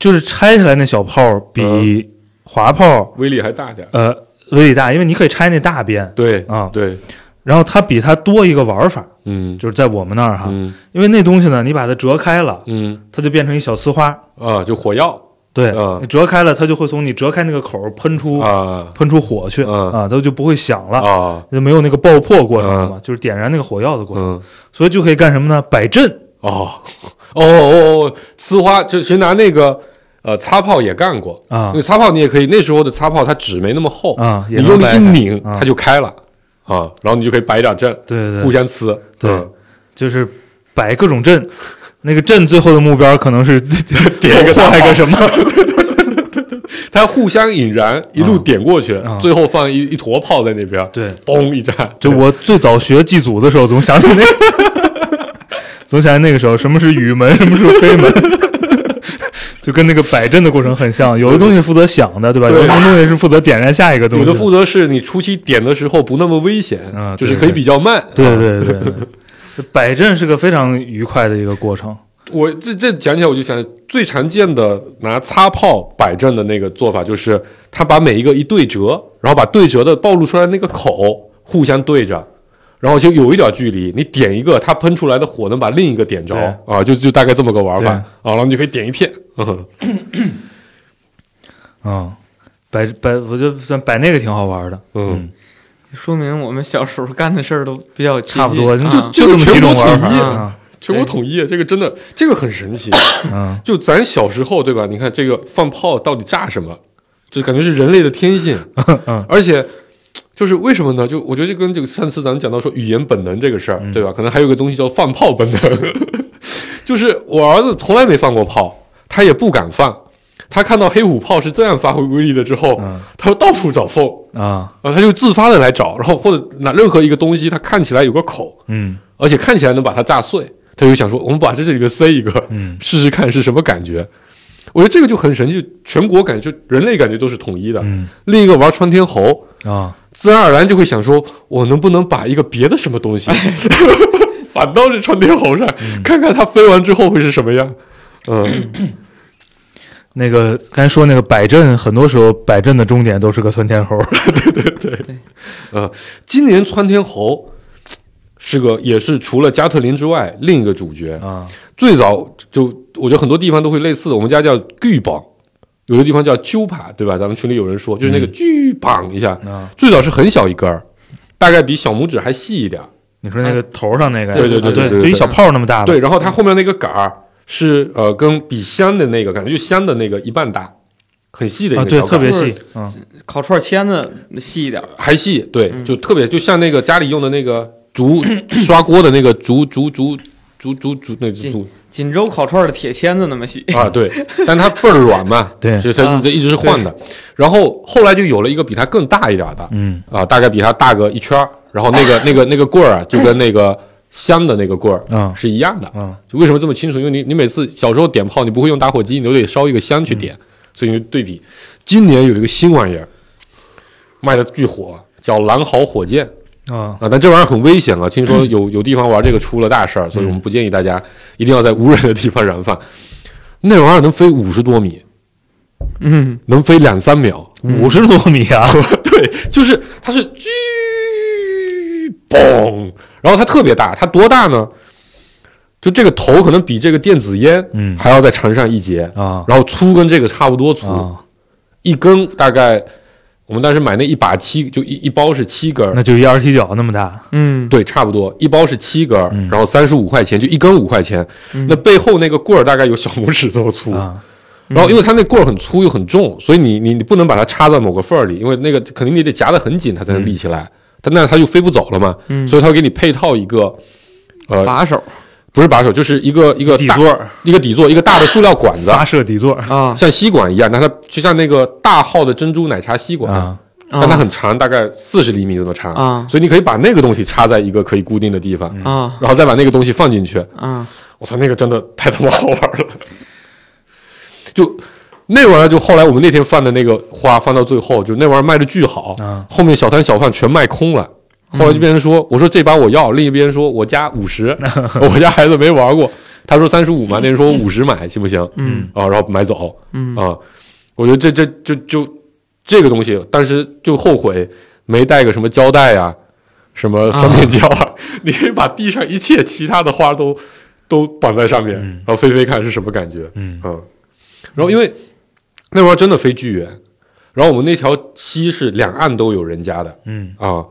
S4: 就是拆下来那小炮儿
S5: 嗯
S4: 比滑炮
S5: 威力还大点儿。
S4: 呃威力大，因为你可以拆那大边，
S5: 对
S4: 啊
S5: 对，
S4: 然后它比它多一个玩法，
S5: 嗯
S4: 就是在我们那儿哈，
S5: 嗯
S4: 因为那东西呢，你把它折开了，
S5: 嗯
S4: 它就变成一小呲花，
S5: 啊，就火药
S4: 对，
S5: 嗯
S4: 你折开了，它就会从你折开那个口儿喷出、
S5: 啊
S4: 喷出火去、
S5: 嗯
S4: 啊，它就不会响了，
S5: 啊，
S4: 就没有那个爆破过程了嘛，就是点燃那个火药的过程，
S5: 嗯
S4: 所以就可以干什么呢？摆阵，
S5: 哦哦哦哦，呲花就其实拿那个呃擦炮也干过
S4: 啊
S5: 那个擦炮你也可以，那时候的擦炮它纸没那么厚
S4: 啊
S5: 你
S4: 也能
S5: 用力
S4: 掰
S5: 一
S4: 开
S5: 拧
S4: 啊
S5: 它就开了啊，然后你就可以摆一点阵，
S4: 对对
S5: 互
S4: 对，
S5: 相呲，
S4: 对
S5: 嗯
S4: 就是摆各种阵，那个阵最后的目标可能是 点
S5: 一个
S4: 破
S5: 大
S4: 坏
S5: 炮
S4: 个什么，
S5: 它互相引燃，一路点过去，
S4: 啊
S5: 最后放一一坨炮在那边，
S4: 对
S5: 嘣一炸，
S4: 就我最早学祭祖的时候，总想起那个， 总想起那个时候，什么是雨门，什么是飞门，就跟那个摆阵的过程很像。有的东西负责想的，对吧？
S5: 对
S4: 有的东西是负责点燃下一个东
S5: 有
S4: 西。
S5: 的负责是你初期点的时候不那么危险，
S4: 啊
S5: 就是
S4: 对
S5: 可以
S4: 对
S5: 比较慢。
S4: 对
S5: 啊
S4: 对对对，这摆阵是个非常愉快的一个过程。
S5: 我这这讲起来我就想，最常见的拿擦炮摆正的那个做法，就是他把每一个一对折，然后把对折的暴露出来那个口互相对着，然后就有一点距离，你点一个，它喷出来的火能把另一个点着
S4: 对
S5: 啊，就就大概这么个玩
S4: 对
S5: 法啊，然后你就可以点一片，嗯
S4: 嗯，摆摆，我觉得算摆那个挺好玩的。
S5: 嗯，
S3: 说明我们小时候干的事儿都比较接近
S4: 差不多，
S3: 啊
S4: 就就这么几种玩
S5: 全国
S4: 法
S5: 统一
S4: 啊。
S5: 全国统一，这个真的这个很神奇。
S4: 嗯，
S5: 就咱小时候对吧？你看这个放炮到底炸什么？就感觉是人类的天性，
S4: 嗯
S5: 而且就是为什么呢？就我觉得这跟这个上次咱们讲到说语言本能这个事
S4: 嗯
S5: 儿，对吧？可能还有一个东西叫放炮本能， 就是我儿子从来没放过炮，他也不敢放。他看到黑虎炮是这样发挥威力的之后，
S4: 嗯
S5: 他就到处找缝
S4: 啊，
S5: 啊，他就自发的来找，然后或者拿任何一个东西，它看起来有个口，
S4: 嗯
S5: 而且看起来能把它炸碎，他就想说，我们把这里面塞一个，
S4: 嗯
S5: 试试看是什么感觉。我觉得这个就很神奇，全国感觉就人类感觉都是统一的。
S4: 嗯
S5: 另一个玩穿天猴，
S4: 啊，
S5: 自然而然就会想说，我能不能把一个别的什么东西 反倒是穿天猴上，
S4: 嗯
S5: 看看它飞完之后会是什么样？嗯，
S4: 那个刚才说那个摆阵，很多时候摆阵的终点都是个窜天猴。
S5: 今年穿天猴是个也是除了加特林之外另一个主角。
S4: 啊，
S5: 最早就我觉得很多地方都会类似，我们家叫巨榜，有的地方叫揪耙，对吧？咱们群里有人说，就是那个巨绑一下，
S4: 嗯啊
S5: 最早是很小一根儿，大概比小拇指还细一点儿。
S4: 你说那个头上那个呀，啊
S5: 对对
S4: 对
S5: 对对对
S4: 就一
S5: 对
S4: 小炮那么大吧，
S5: 对，然后它后面那个杆儿是呃，跟比香的那个感觉就香的那个一半大，很细的一
S4: 啊，
S5: 个
S4: 对，
S5: 小杆儿、
S4: 特别细，嗯，
S3: 烤串签子细一点儿，
S5: 还细，对，就特别就像那个家里用的那个 竹刷锅的那个竹竹竹竹竹竹那
S3: 这
S5: 竹
S3: 锦州烤串的铁签子那么 细。
S5: 啊，对，但它倍儿软嘛，
S4: 对
S5: 所以它
S3: 啊
S5: 这一直是换的。然后后来就有了一个比它更大一点的，
S4: 嗯
S5: 啊，大概比它大个一圈儿，然后那个那个那个棍儿啊，就跟那个香的那个棍儿
S4: 啊
S5: 是一样的。
S4: 啊，
S5: 就为什么这么清楚？因为你你每次小时候点炮，你不会用打火机，你都得烧一个香去点，所以你就对比。今年有一个新玩意儿，卖的巨火，叫蓝豪火箭
S4: 啊，
S5: 啊，但这玩意儿很危险啊，听说有有地方玩这个出了大事儿，所以我们不建议大家一定要在无人的地方燃放。那玩意儿能飞五十多米，
S3: 嗯，
S5: 能飞两三秒，
S4: 五十多米 啊，
S5: 对，就是它是巨嘣，然后它特别大，它多大呢？就这个头可能比这个电子烟
S4: 嗯
S5: 还要再长上一截，
S4: 啊
S5: 然后粗跟这个差不多粗，
S4: 啊，
S5: 一根大概我们当时买那一把七就一一包是七根儿，
S4: 那就一二踢脚那么大，
S3: 嗯，
S5: 对，差不多一包是七根儿，
S4: 嗯
S5: 然后三十五块钱就一根五块钱，那背后那个棍儿大概有小拇指这么粗。
S4: 啊
S5: 然后，因为它那棍儿很粗又很重，所以你你你不能把它插在某个缝儿里，因为那个肯定你得夹得很紧，它才
S4: 嗯
S5: 能立起来。它那样它就飞不走了嘛，所以它会给你配套一个，呃，
S3: 把手
S5: 不是把手，就是一个一个
S4: 底
S5: 大
S4: 座儿
S5: 一个底座，一个大的塑料管 子，
S4: 发射底座儿
S3: 啊
S5: 像吸管一样，但它就像那个大号的珍珠奶茶吸管，
S4: 啊，
S5: 但它很长，大概四十厘米这么长，
S3: 啊
S5: 所以你可以把那个东西插在一个可以固定的地方，
S3: 啊
S5: 然后再把那个东西放进去。
S3: 啊！
S5: 我操，那个真的太他妈好玩了！就那玩意儿，就后来我们那天放的那个花，放到最后，就那玩意儿卖的巨好，
S4: 啊
S5: 后面小摊小贩全卖空了。后来就变成说，我说这把我要，另一边说我加五十，我家孩子没玩过，他说三十五嘛，那人说我五十买行不行？
S3: 嗯
S5: 啊，然后买走
S3: 嗯
S5: 啊，我觉得这这这就这个东西，当时就后悔没带个什么胶带啊，什么双面胶啊， 你可以把地上一切其他的花都都绑在上面，
S4: 嗯
S5: 然后飞飞看是什么感觉。
S4: 嗯
S5: 嗯，然后因为那会儿真的飞巨远，然后我们那条溪是两岸都有人家的
S4: 嗯
S5: 啊、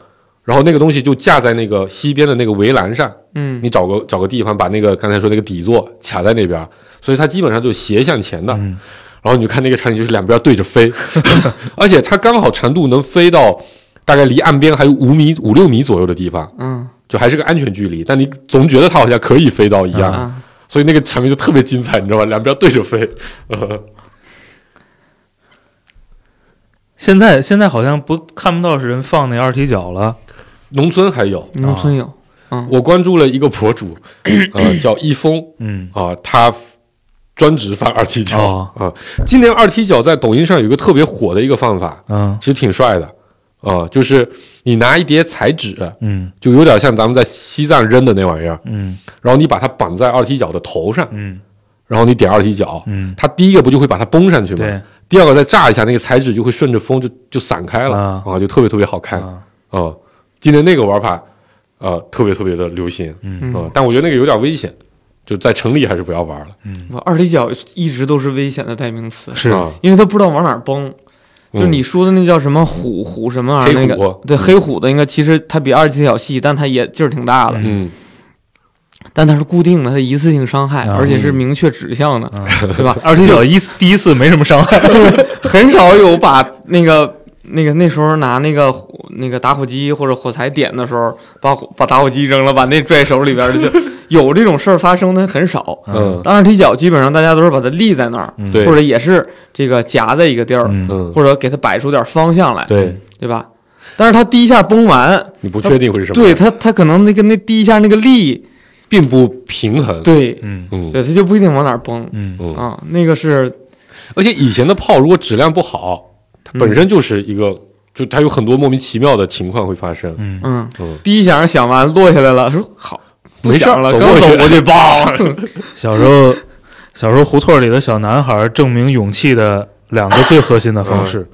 S5: 然后那个东西就架在那个溪边的那个围栏上，
S3: 嗯
S5: 你找个找个地方把那个刚才说那个底座卡在那边儿，所以它基本上就是斜向前的，
S4: 嗯
S5: 然后你就看那个场景就是两边对着 飞，而且它刚好长度能飞到大概离岸边还有五米五六米左右的地方，
S3: 嗯
S5: 就还是个安全距离，但你总觉得它好像可以飞到一样，
S3: 啊，
S5: 所以那个场面就特别精彩，你知道吧？两边对着飞， 呃，
S4: 现在现在好像不看不到是人放那二踢脚了，
S5: 农村还有，
S3: 农村有，
S5: 我关注了一个博 主，呃，叫一峰
S4: 嗯
S5: 啊、他专职放二踢脚啊
S4: 哦、
S5: 今年二踢脚在抖音上有一个特别火的一个放法，
S4: 嗯
S5: 其实挺帅的啊、就是你拿一叠彩纸，
S4: 嗯
S5: 就有点像咱们在西藏扔的那玩意儿，
S4: 嗯
S5: 然后你把它绑在二踢脚的头上，
S4: 嗯
S5: 然后你点二踢脚，
S4: 嗯，
S5: 它第一个不就会把它绷上去吗？
S4: 对，
S5: 第二个再炸一下，那个彩纸就会顺着风就就散开了
S4: 啊
S5: 就特别特别好看啊、
S4: 啊
S5: 今年那个玩法，呃，特别特别的流行，
S4: 嗯
S5: 啊但我觉得那个有点危险，就在城里还是不要玩了。
S3: 我二踢脚一直都是危险的代名词，
S4: 是
S5: 啊
S3: 因为他不知道往哪儿崩。
S5: 嗯
S3: 就你说的那叫什么虎虎什么玩意儿那
S5: 黑
S3: 个
S5: 虎，嗯
S3: 对黑虎的应该其实它比二踢脚细，但它也劲儿挺大的，
S5: 嗯
S3: 但它是固定的，它一次性伤害，
S4: 啊？
S3: 而且是明确指向的，对吧
S4: 啊二踢脚一次第一次没什么伤害，
S3: 很少有把那个那个那时候拿那个火那个打火机或者火柴点的时候，把火把打火机扔了，把那拽手里边儿的就有这种事儿发生的很少。
S5: 嗯，
S3: 但二踢脚基本上大家都是把它立在那儿，
S5: 对，
S3: 或者也是这个夹在一个地儿，
S4: 嗯
S5: 嗯，
S3: 或者给它摆出点方向来，
S5: 对，
S3: 对吧？但是它第一下崩完，
S5: 你不确定会是什么，
S3: 对，它它可能那个那第一下那个力，
S5: 并不平衡，，
S3: 对
S4: 嗯
S5: 嗯
S3: 对，它就不一定往哪儿崩
S4: 嗯
S5: 嗯，
S3: 啊。那个是
S5: 而且以前的炮如果质量不好，
S4: 嗯
S5: 它本身就是一个，就它有很多莫名其妙的情况会发生，
S4: 嗯
S3: 嗯
S5: 嗯，
S3: 第一响响完落下来了，说好不
S5: 没事
S3: 响
S5: 儿
S3: 了，
S5: 走
S3: 刚
S5: 过
S3: 走
S5: 去
S3: 过去，砰，
S4: 小时候小时候胡同里的小男孩证明勇气的两个最核心的方式，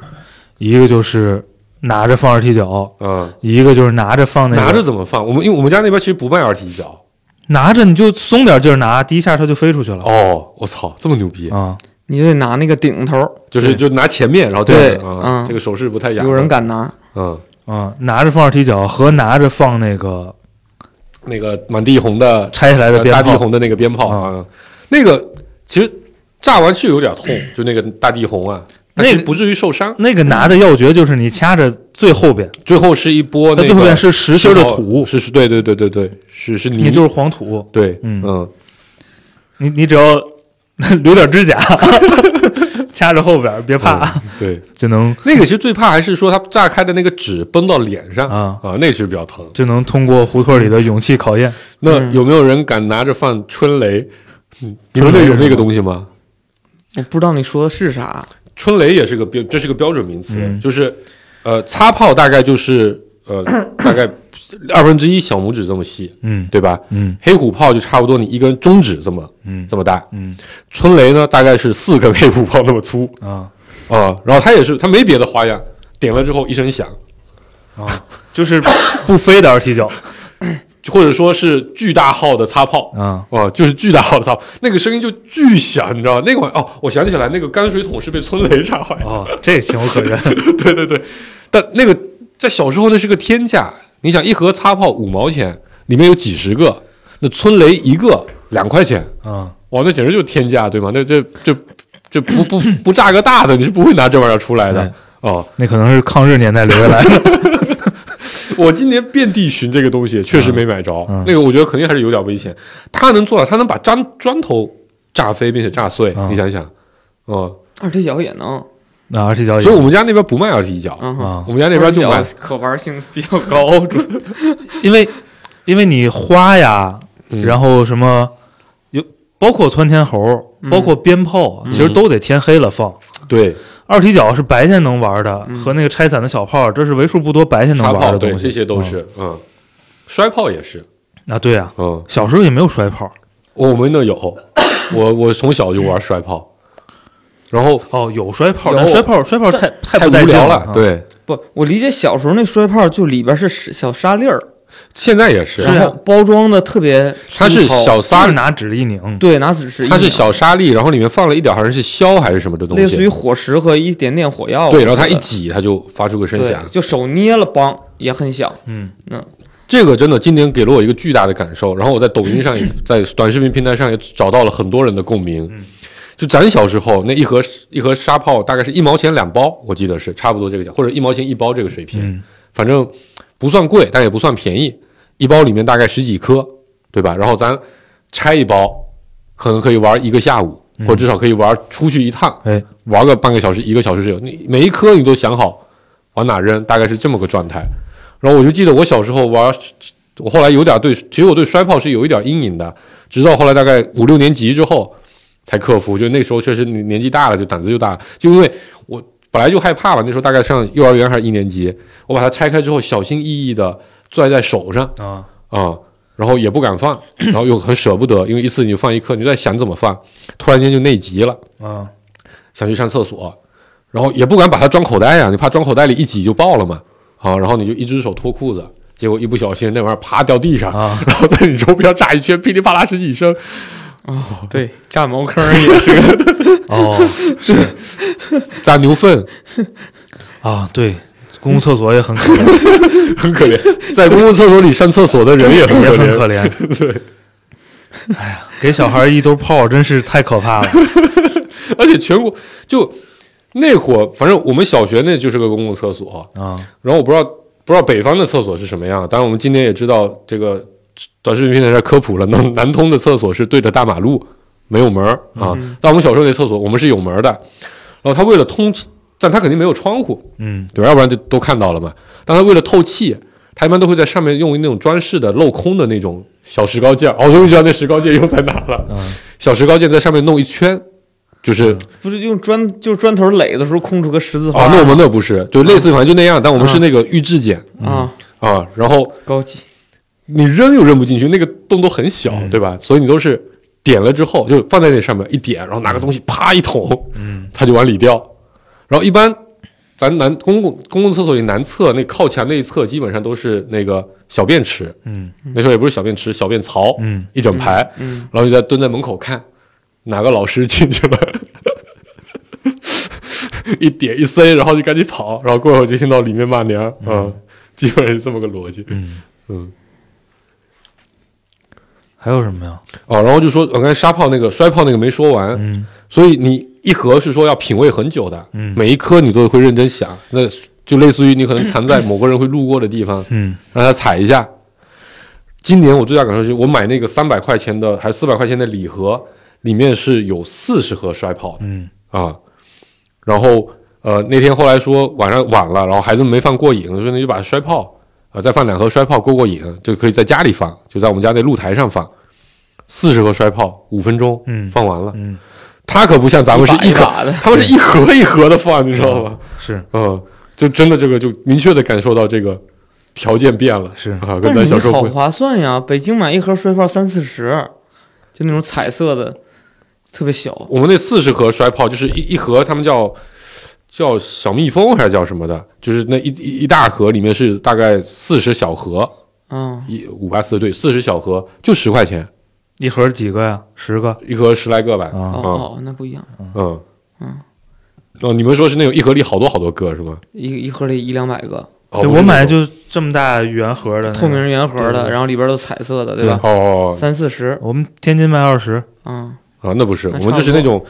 S4: 一个就是拿着放二踢脚，
S5: 嗯，
S4: 一个就是拿着放那个
S5: 拿着怎么放？我们因为我们家那边其实不卖二踢脚，
S4: 拿着你就松点劲儿拿，第一下它就飞出去了。
S5: 哦，我操，这么牛逼，
S4: 啊，
S3: 你就得拿那个顶头儿，
S5: 就是就拿前面，然后
S3: 对
S5: 啊，
S3: 嗯
S5: 这个手势不太雅，
S3: 有人，敢拿，
S5: 嗯，
S4: 啊、拿着放二踢脚和拿着放那个
S5: 那个满地红的
S4: 拆下来的
S5: 呃
S4: 鞭
S5: 大地
S4: 炮，
S5: 红的那个鞭炮
S4: 啊
S5: 啊，那个其实炸完是有点 痛，就那个大地红啊，但
S4: 那
S5: 是
S4: 个
S5: 不至于受伤。
S4: 那个拿着要诀就是你掐着最后边，
S5: 最后是一波
S4: 它
S5: 那个
S4: 最后边是实心儿的土，
S5: 是是，对对对对对，是是泥，
S4: 你就是黄土，
S5: 对，
S4: 嗯
S5: 嗯
S4: 你你只要留点 指甲，掐着后边儿别怕，
S5: 嗯对。
S4: 就能
S5: 那个其实最怕还是说它炸开的那个纸崩到脸上
S4: 啊
S5: 啊，那个其实比较疼。
S4: 就能通过胡同里的勇气考验。
S5: 那
S4: 嗯
S5: 有没有人敢拿着放春雷？嗯你们那有那个东西吗？
S3: 我不知道你说的是啥，
S5: 春雷也是个标，这是个标准名词，
S4: 嗯
S5: 就是呃，擦炮大概就是 呃，大概二分之一小拇指这么细，
S4: 嗯
S5: 对吧？
S4: 嗯
S5: 黑虎炮就差不多你一根中指这么
S4: 嗯
S5: 这么大，
S4: 嗯
S5: 春雷呢大概是四根黑虎炮那么粗
S4: 啊
S5: 啊、然后它也是它没别的花样，点了之后一声响，
S4: 啊，就是不飞的二 踢脚
S5: 或者说是巨大号的擦炮。
S4: 啊，
S5: 哦，就是巨大号的擦炮，那个声音就巨响，你知道吗？那个玩意哦，我想起来，那个泔水桶是被春雷炸坏的。
S4: 哦，这情有可原。
S5: 对对对，但那个在小时候那是个天价，你想一盒擦炮五毛钱，里面有几十个，那春雷一个两块钱，
S4: 啊，
S5: 哇，那简直就是天价，对吗？那这这这不不不炸个大的，你是不会拿这玩意儿出来的
S4: 对。
S5: 哦，
S4: 那可能是抗日年代留下来 的。
S5: 我今年遍地寻这个东西，确实没买着。
S4: 嗯
S5: 那个我觉得肯定还是有点危险。他能做到，他能把砖砖头炸飞并且炸碎，
S4: 嗯
S5: 你想想，哦、
S3: 二踢脚也能，
S4: 那二踢脚也
S5: 所以我们家那边不卖二踢脚，
S3: 嗯哼，
S4: 啊
S5: 我，们家那边就
S3: 二
S5: 卖
S3: 踢脚可玩性比较高， 主要
S4: 因为因为你花呀，
S5: 嗯
S4: 然后什
S5: 嗯
S4: 么有包括窜天猴，包括鞭炮，其实都得天黑了放。
S5: 对，
S4: 二踢脚是白天能玩的，和那个拆散的小炮，这是为数不多白天能
S5: 擦
S4: 玩
S5: 嗯炮，
S4: 的
S5: 对，
S4: 东西。
S5: 这些都是，嗯，摔炮也是，
S4: 嗯啊，对啊，
S5: 嗯，
S4: 小时候也没有摔炮。
S5: 我们那有，我我从小就玩摔炮，然后
S4: 哦，有摔炮，
S5: 有
S4: 但摔炮摔炮太
S5: 太
S4: 不带
S5: 无
S4: 劲
S5: 聊
S4: 了，啊，
S5: 对，
S3: 不，我理解小时候那摔炮就里边是是小沙粒儿，
S5: 现在也是
S4: 是，啊
S3: 然后包装的特别粗
S5: 它是
S3: 糙
S5: 小
S4: 就是
S5: 沙，
S4: 拿纸一拧，
S3: 对，拿纸是
S5: 它是小沙粒，然后里面放了一点好像是硝还是什么的东
S3: 类似于
S5: 西，
S3: 火石和一点点火药，
S5: 对，然后它
S3: 我觉
S5: 一
S3: 得
S5: 挤，它就发出个声响
S3: 对，。就手捏了，梆也很响。
S4: 嗯，
S5: 这个真的今年给了我一个巨大的感受，然后我在抖音上也、 嗯在短视频平台上也找到了很多人的共鸣。就咱小时候那一盒一盒沙炮大概是一毛钱两包，我记得是差不多这个价，或者一毛钱一包这个水平，
S4: 嗯
S5: 反正不算贵，但也不算便宜，一包里面大概十几颗，对吧？然后咱拆一包，可能可以玩一个下午，或者至少可以玩出去一趟，
S4: 哎，
S5: 玩个半个小时、一个小时是有。你每一颗你都想好往哪扔，大概是这么个状态。然后我就记得我小时候玩，我后来有点对，其实我对摔炮是有一点阴影的，直到后来大概五六年级之后才克服。就那时候确实年年纪大了，就胆子就大了，就因为我本来就害怕了。那时候大概上幼儿园还是一年级，我把它拆开之后，小心翼翼的攥在手上，
S4: 啊，
S5: 啊、然后也不敢放，然后又很舍不得，因为一次你就放一颗，你就在想怎么放，突然间就内急了，
S4: 啊，
S5: 想去上厕所，然后也不敢把它装口袋呀、你怕装口袋里一挤就爆了嘛，啊，然后你就一只手脱裤子，结果一不小心那玩意儿啪掉地上，
S4: 啊
S5: 然后在你周边炸一圈，噼里啪啦十几声，
S3: 对，炸茅坑也是个
S4: 哦
S5: 炸牛粪，
S4: 啊，对，公共厕所也很可怜，
S5: 很可怜，在公共厕所里上厕所的人也很
S4: 也
S5: 可
S4: 很可
S5: 怜，
S4: 怜。对，哎呀，给小孩一兜炮真是太 可怕了。
S5: 而且全国就那会儿，反正我们小学那就是个公共厕所，
S4: 啊，
S5: 然后我不知道不知道北方的厕所是什么样，当然我们今天也知道这个短视频平台上科普了，南南通的厕所是对着大马路，没有门儿啊。
S4: 嗯
S5: 但我们小时候那厕所我们是有门儿的，然后他为了通气，但他肯定没有窗户，
S4: 嗯，
S5: 对吧，要不然就都看到了嘛。但他为了透气，他一般都会在上面用那种装饰的镂空的那种小石膏件儿。哦，我终于知道那石膏件用在哪了。
S4: 嗯
S5: 小石膏件在上面弄一圈，就是
S3: 不是用砖就是砖头垒的时候空出个十字花
S5: 啊，那我们那不是，就
S4: 嗯
S5: 类似于反正就那样，但我们是那个预制件
S3: 啊
S5: 啊，然后。
S3: 高级
S5: 你扔又扔不进去，那个洞都很小，
S4: 嗯
S5: 对吧？所以你都是点了之后就放在那上面一点，然后拿个东西啪一捅，
S4: 嗯，
S5: 它就往里掉。然后一般咱南公共公共厕所里南侧那靠墙那一侧基本上都是那个小便池，
S4: 嗯
S5: 那时候也不是小便池，小便槽，
S4: 嗯，
S5: 一整排，
S3: 嗯，
S5: 然后就在蹲在门口看哪个老师进去了。 一点一塞，然后就赶紧跑，然后过一会儿就听到里面骂娘，嗯，基本上是这么个逻辑，
S4: 嗯
S5: 嗯。
S4: 还有什么呀？
S5: 哦，然后就说我刚才沙炮那个摔炮那个没说完，
S4: 嗯
S5: 所以你一盒是说要品味很久的，
S4: 嗯
S5: 每一颗你都会认真想，那就类似于你可能藏在某个人会路过的地方，
S4: 嗯
S5: 让他踩一下。今年我最大感受就是，我买那个三百块钱的还是四百块钱的礼盒，里面是有四十盒摔炮的
S4: 嗯
S5: 啊。然后呃，那天后来说晚上晚了，然后孩子们没放过瘾，我说那就把摔炮啊、呃再放两盒摔炮过过瘾，就可以在家里放，就在我们家那露台上放。四十盒摔炮，五分钟，
S4: 嗯
S5: 放完了。
S4: 嗯，
S5: 他可不像咱们是
S3: 一把一
S5: 盒，
S3: 把的
S5: 他们是一盒一盒的放，你知道吗？
S4: 是
S5: 嗯，就真的这个就明确的感受到这个条件变了，
S4: 是
S5: 啊， 跟
S3: 但
S5: 咱
S3: 是
S5: 小
S3: 你
S5: 时候
S3: 好
S5: 不一样
S3: 划算呀！北京买一盒摔炮三四十，就那种彩色的，特别小。
S5: 我们那四十盒摔炮就是一一盒，他们叫叫小蜜蜂还是叫什么的，就是那一一一大盒里面是大概四十小盒，
S3: 嗯，
S5: 一五八四对，四十小盒就十块钱
S4: 一盒几个呀？十个
S5: 一盒，十来个吧，
S3: 哦
S4: 啊？
S3: 哦，那不一样，
S5: 嗯
S3: 嗯，
S5: 哦，你们说是那种一盒里好多好多个是吗？
S3: 一一盒里一两百个，
S5: 哦
S4: 对，
S5: 不是
S4: 我买
S5: 那种
S4: 就这么大圆盒
S5: 嗯
S4: 的那个
S3: 透明圆盒
S4: 对对
S3: 的，
S4: 对
S3: 然后里边都彩色的，
S4: 对
S3: 吧？
S5: 哦哦
S3: 三四十，
S4: 我们天津卖二十
S3: 嗯，
S5: 哦啊，那不是，
S3: 那
S5: 我们就是那种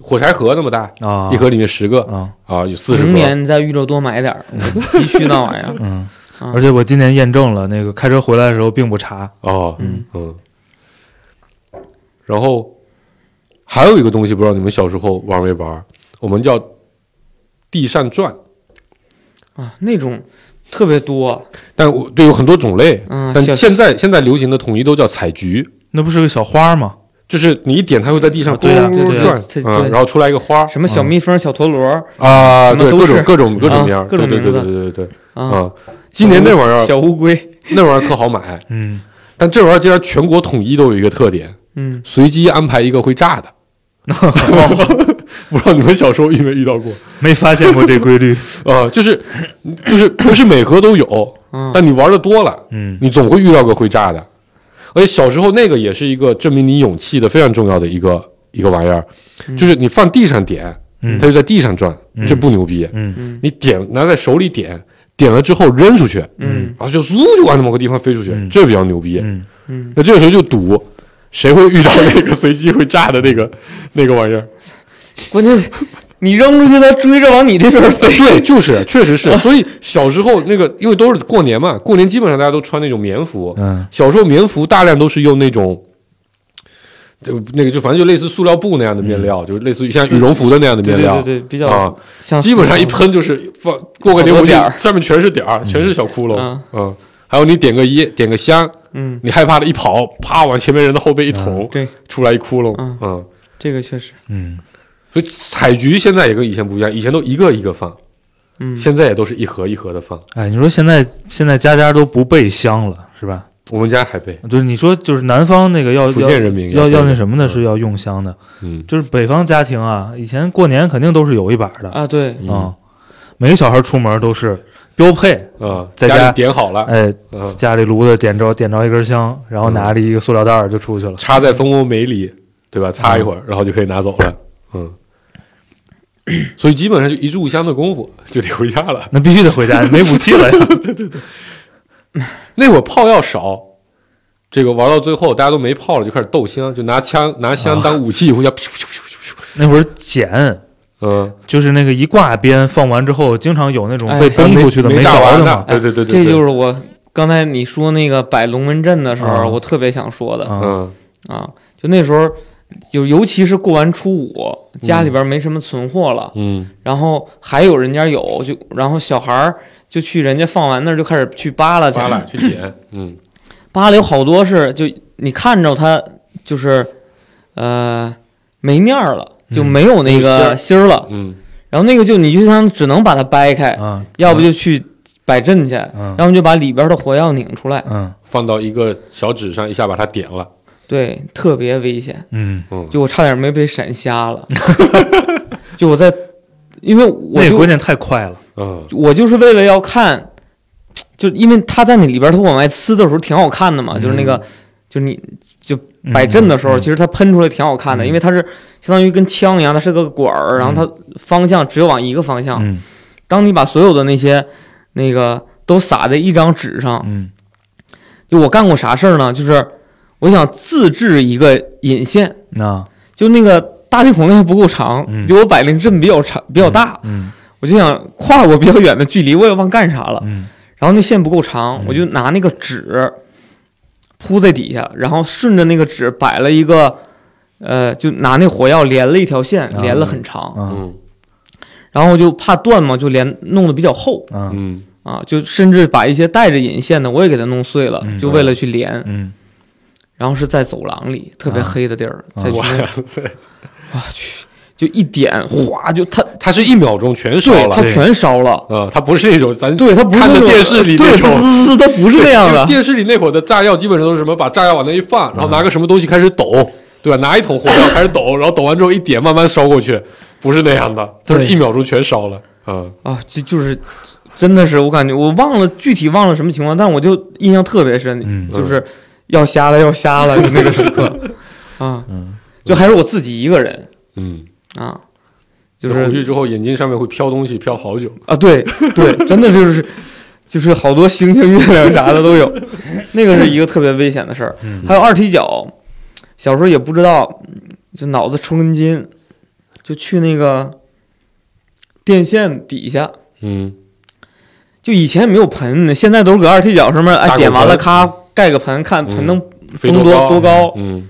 S5: 火柴盒那么大，
S4: 啊，
S5: 一盒里面十个
S4: 啊，
S5: 啊，有四十
S3: 明
S5: 个。
S3: 年你在预热多买点儿，我急需那玩意儿。
S4: 嗯。
S3: 啊
S4: 而且我今年验证了，那个开车回来的时候并不查，
S5: 哦，
S3: 嗯
S5: 嗯。然后还有一个东西，不知道你们小时候玩没玩？我们叫地扇转，
S3: 啊，那种特别多，
S5: 但我对有很多种类，
S3: 嗯
S5: 但
S3: 小
S5: 现在现在流行的统一都叫采菊。
S4: 那不是个小花吗？
S5: 就是你一点，它会在地上咕
S4: 对呀
S5: 噜
S3: 啊对对
S5: 咕噜
S3: 对
S5: 转，
S3: 对
S5: 嗯，然后出来一个花儿
S3: 什么小蜜蜂、小陀螺
S5: 啊，
S3: 什么
S5: 对，
S3: 都
S5: 各
S3: 是啊
S5: 种各种各种样儿，
S3: 各
S5: 对
S3: 种
S5: 对对
S3: 名
S5: 对
S3: 字
S5: 对对对，
S3: 啊，
S5: 啊，今年那玩意儿
S3: 小乌龟，
S5: 那玩意儿特好买，
S4: 嗯，
S5: 但这玩意儿竟然全国统一都有一个特点，
S3: 嗯，
S5: 随机安排一个会炸的。不知道你们小时候遇没遇到过
S4: 没发现过这规律，
S5: 啊、就是就是不是每盒都有，
S3: 嗯
S5: 但你玩的多了，
S4: 嗯
S5: 你总会遇到个会炸的。而且小时候那个也是一个证明你勇气的非常重要的一个一个玩意儿，就是你放地上点，
S4: 嗯
S5: 它就在地上转，这不牛逼。
S4: 嗯
S5: 你点拿在手里点，点了之后扔出去，
S3: 嗯
S5: 然后就嗖就往某个地方飞出去，
S4: 嗯
S5: 这比较牛逼。
S4: 嗯
S5: 那这个时候就赌，谁会遇到那个随机会炸的那个那个玩意儿？
S3: 关键你扔出去，它追着往你这边飞，
S5: 对，就是，确实是。所以小时候那个，因为都是过年嘛，过年基本上大家都穿那种棉服。
S4: 嗯
S5: 小时候棉服大量都是用那种，就那个就反正就类似塑料布那样的面料，就类似于像羽绒服的那样的
S3: 嗯对
S5: 面料
S3: 对对对，比较
S5: 啊。
S3: 像
S5: 基本上一
S3: 丝
S5: 喷就是放过个
S3: 好多
S5: 零回
S3: 点儿
S5: 上面全是点儿，全是小窟窿。
S3: 嗯
S5: 嗯，还有你点个烟，点个香，
S3: 嗯，
S5: 你害怕的一跑，啪往前面人的后背一捅，
S3: 对，
S5: 出来一窟窿。
S3: 嗯
S5: 嗯
S3: 这个确实，
S4: 嗯，
S5: 所以采菊现在也跟以前不一样，以前都一个一个放，
S3: 嗯，
S5: 现在也都是一盒一盒的放。
S4: 哎，你说现在现在家家都不备香了，是吧？
S5: 我们家还备，
S4: 就是你说就是南方那个要
S5: 福建人民
S4: 要要要
S5: 备
S4: 那
S5: 的
S4: 什么的是要用香的，
S5: 嗯，
S4: 就是北方家庭啊，以前过年肯定都是有一把的
S3: 啊，对，
S5: 嗯
S4: 啊每个小孩出门都是标配，
S5: 啊，
S4: 在
S5: 家
S4: 家
S5: 里点好了，
S4: 哎，
S5: 嗯，
S4: 家里炉子点着点着一根香，然后
S5: 嗯
S4: 拿着一个塑料袋儿就出去了。
S5: 插在蜂窝煤里，对吧？插一会儿，然后就可以拿走了，嗯。所以基本上就一炷香的功夫就得回家了。
S4: 那必须得 回家，没武器了呀。
S5: 那会儿炮药少，这个玩到最后大家都没炮了，就开始斗香，就拿枪拿香当武器，互 相咻咻咻咻咻，
S4: 那会儿剪
S5: 嗯，
S4: 就是那个一挂鞭，放完之后，经常有那种
S3: 哎
S4: 被崩出去的
S5: 没
S4: 着
S5: 炸完的，
S4: 的嘛。
S5: 对对对对，
S3: 啊这
S5: 对
S3: 就是我刚才你说那个摆龙门阵的时
S4: 啊
S3: 候，我特别想说的
S4: 啊，
S5: 嗯
S3: 啊，就那时候，就尤其是过完初五，家里边没什么存货了，
S5: 嗯
S3: 然后还有人家有，就然后小孩儿就去人家放完那儿就开始去扒拉去，
S5: 扒拉去捡，嗯
S3: 扒拉有好多是就你看着它就是呃没面儿了，就没有那个芯儿了，
S5: 嗯
S3: 然后那个就你就像只能把它掰开，
S4: 啊，
S3: 要不就去摆阵去，
S4: 嗯
S3: 要么就把里边的火药拧出来，
S4: 嗯
S5: 放到一个小纸上，一下把它点了，
S3: 对，特别危险。
S4: 嗯，
S5: 嗯，
S3: 就我差点没被闪瞎了，就我在，因为我
S4: 那个关
S3: 就
S4: 键太快了。
S5: 嗯
S3: 我就是为了要看，就因为他在你里边，他往外呲的时候挺好看的嘛，就是那个，就你
S4: 嗯
S3: 摆阵的时候，
S4: 嗯
S3: 其实它喷出来挺好看的，因为它是相当于跟枪一样，它是个管儿，然后它方向只有往一个方
S5: 啊
S3: 向。
S4: 嗯
S3: 当你把所有的那些那个都撒在一张纸上，
S4: 嗯
S3: 就我干过啥事儿呢？就是我想自制一个引线，
S4: 那
S3: 就那个大地孔那还不够长，
S4: 嗯
S3: 就我摆那个阵比较长比较大，
S4: 嗯
S3: 我就想跨过比较远的距离，我也忘干啥了。
S4: 嗯
S3: 然后那线不够长
S4: 嗯，
S3: 我就拿那个纸铺在底下，然后顺着那个纸摆了一个，呃，就拿那火药连了一条线，
S4: 啊
S3: 连了很长。
S4: 啊
S5: 嗯
S3: 然后我就怕断嘛，就连弄得比较厚
S4: 啊
S5: 嗯
S3: 啊，就甚至把一些带着引线的我也给它弄碎了
S4: 嗯，
S3: 就为了去连。
S4: 嗯，
S3: 然后是在走廊里，特别
S4: 啊
S3: 黑的地儿，
S4: 啊
S3: 在去
S5: 哇
S3: 那
S5: 塞，
S3: 就一点哗，就它
S5: 它是一秒钟全烧
S3: 对
S5: 了
S3: 它，全烧了。
S5: 啊，它不是那种咱
S3: 对，它不是
S5: 看
S3: 那
S5: 的
S3: 种
S5: 电视里那
S3: 对，滋
S5: 种。
S3: 滋滋，它不是那样
S5: 因为
S3: 的。嗯
S5: 电视里那会儿的炸药基本上都是什么，把炸药往那一放，然后拿个什么东西开始抖，对吧？拿一桶火药开始抖，然后抖完之后一点慢慢烧 过去，不是那样的，它是
S3: 对
S5: 一秒钟全烧了。嗯
S3: 啊，就就是，真的是我感觉我忘了具体忘了什么情况，但我就印象特别深，
S4: 嗯
S3: 就是要瞎了要瞎了，就那个时刻啊，就还是我自己一个人
S5: 嗯，
S3: 啊，就
S5: 就回去
S3: 是
S5: 之后眼睛上面会飘东西，飘好久。
S3: 啊，对对，真的就是就是好多星星月亮啥的都有，那个是一个特别危险的事儿，
S5: 嗯
S3: 还有二踢脚，小时候也不知道，就脑子抽根筋，就去那个电线底下。
S5: 嗯
S3: 就以前没有盆，现在都是搁二踢脚上面，
S5: 扎
S3: 哎，
S5: 个
S3: 点完了，
S5: 盆
S3: 咔盖个盆，看盆能
S5: 飞
S3: 风多
S5: 高
S3: 多高，
S5: 嗯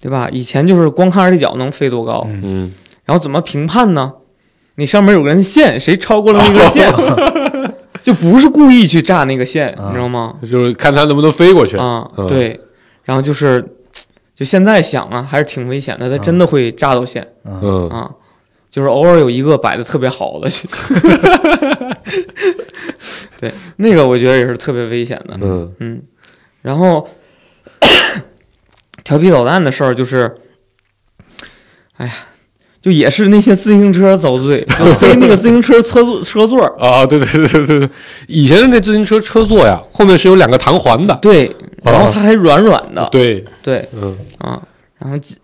S3: 对吧？以前就是光看二踢脚能飞多高，
S4: 嗯
S5: 嗯，
S3: 然后怎么评判呢？你上面有根线，谁超过了那根线，
S5: 哦
S3: 就不是故意去炸那个线，
S4: 啊
S5: 嗯
S3: 你知道吗？嗯
S5: 就是看它能不能飞过去。
S3: 啊，
S5: 嗯
S3: 对，然后就是就现在想啊，还是挺危险的，它真的会炸到线
S4: 嗯
S5: 嗯，
S3: 啊。就是偶尔有一个摆的特别好的， 对，那个我觉得也是特别危险的。
S5: 嗯
S3: 嗯，然后 调皮捣蛋的事儿就是，哎呀，就也是那些自行车遭罪，就塞那个自行车车座车座儿，
S5: 啊，对对对对对对，以前的那自行车车座呀，后面是有两个弹簧的，
S3: 对，然后它还软软的，
S5: 对，
S3: 对
S5: 嗯，
S3: 啊，然后基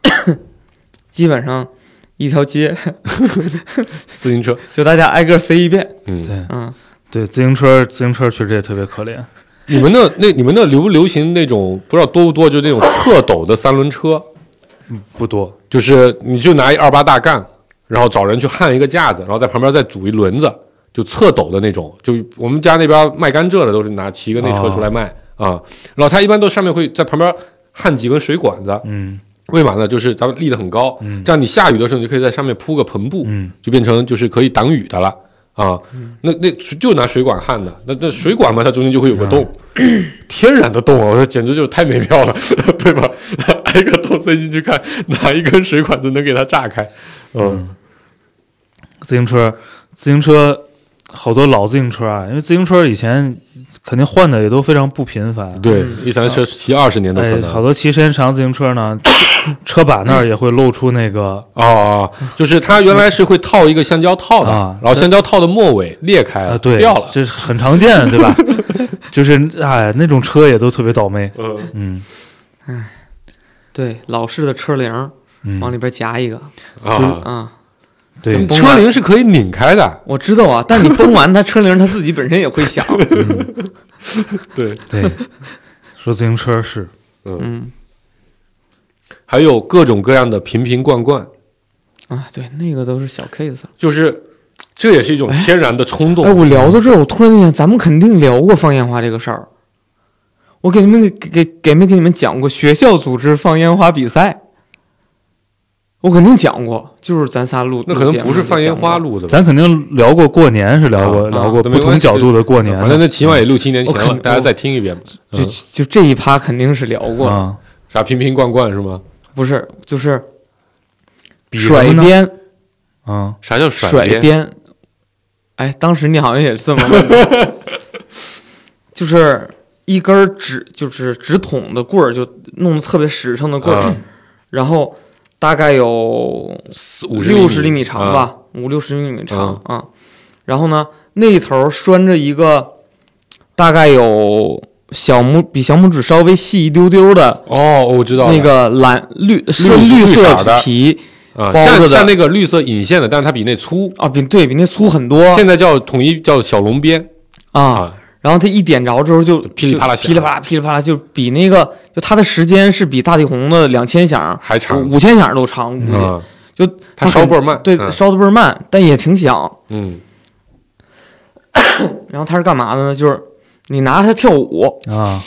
S3: 基本上一条街
S5: 自行车，
S3: 就大家挨个塞一遍，
S5: 嗯，
S4: 对
S3: 啊，
S4: 对，自行车自行车确实也特别可怜。
S5: 你们那那你们那流不流行那种不知道多不多，就那种特陡的三轮车，
S4: 不多，
S5: 就是你就拿一二八大杠，然后找人去焊一个架子，然后在旁边再组一轮子，就侧斗的那种。就我们家那边卖甘蔗的都是拿骑个那车出来卖
S4: 哦
S5: 啊、然后他一般都上面会在旁边焊几根水管子，
S4: 嗯
S5: 为嘛呢？就是咱们立得很高，这样你下雨的时候你就可以在上面铺个篷布，
S4: 嗯
S5: 就变成就是可以挡雨的了啊。那那就拿水管焊的，那那水管嘛，它中间就会有
S4: 啊
S5: 个洞，天然的洞啊，我说 简直就是太美妙了， 对吧？挨个洞塞进去看，哪一根水管子能给它炸开？嗯，
S4: 自行车，自行车好多老自行车啊，因为自行车以前肯定换的也都非常不频繁，
S5: 对，一台车骑二十年都可
S4: 嗯哎，
S5: 能。
S4: 好多骑时间长自行车呢，车把那儿也会露出那个
S5: 哦，就是它原来是会套一个橡胶套的，
S4: 啊
S5: 然后橡胶套的末尾裂开了，
S4: 啊，对，
S5: 哎掉了。
S4: 这是很常见，对吧？ 就是哎，那种车也都特别倒霉，
S5: 嗯，
S4: 嗯
S3: 对，老式的车铃儿往
S4: 嗯，
S3: 里边夹一个
S5: 啊，
S3: 啊，
S4: 对，
S3: 崩
S5: 车
S3: 了
S5: 铃是可以拧开的，
S3: 我知道啊，但你崩完它车铃，它自己本身也会响，
S5: 对，
S4: 对，说自行车是，
S3: 嗯
S5: 还有各种各样的瓶瓶罐罐，
S3: 啊，对，那个都是小 case 了。
S5: 就是这也是一种天然的冲动。
S3: 哎，我聊到这儿，我突然间想，咱们肯定聊过放烟花这个事儿。我给你们给给给没给你们讲过学校组织放烟花比赛？我肯定讲过，就是咱仨录，
S5: 那可能
S3: 录节目
S5: 不是放烟花
S3: 就
S5: 录的吧？
S4: 咱肯定聊过过年是聊过、
S5: 啊
S4: 聊过
S5: 那
S4: 不
S5: 没关
S4: 同
S5: 系
S4: 角度的过年的，
S5: 反正那起码也六七年前
S3: 我肯
S5: 了，大家再听一遍嘛。
S3: 讲过，就就这一趴肯定是聊过的，
S4: 嗯啊，
S5: 啥瓶瓶罐罐是吗？
S3: 不是就是
S4: 比什
S3: 甩
S4: 么呢
S3: 鞭
S4: 啊，
S5: 啥叫
S3: 甩
S5: 鞭？
S3: 鞭。哎，当时你好像也是这么问的， 就是一根儿直就是直筒的棍儿，就弄得特别实诚的棍儿，
S5: 啊
S3: 然后大概有六
S5: 六
S3: 十厘米长
S5: 啊
S3: 吧，五六十厘米长啊。然后呢，那一头儿拴着一个大概有小拇比小拇指稍微细一丢丢的
S5: 哦，我知道了
S3: 那个蓝绿深
S5: 绿
S3: 绿
S5: 色
S3: 色
S5: 的
S3: 皮包
S5: 啊，
S3: 着
S5: 像
S3: 的
S5: 像那个绿色引线的，但是它比那粗。
S3: 啊，比对比那粗很多
S5: 现在叫统一叫小龙鞭
S3: 啊。
S5: 啊，
S3: 然后它一点着之后就
S5: 噼里啪啦
S3: 就噼里啪啦噼里啪啦，就比那个就它的时间是比大地红的两千响
S5: 还长
S3: 五千响都长，估计
S5: 啊，
S3: 就
S5: 它
S3: 很
S5: 烧倍儿慢
S3: 对，
S5: 嗯
S3: 烧的倍儿慢，但也挺响。
S5: 嗯
S3: 然后它是干嘛的呢？就是你拿着它跳舞，
S4: 啊，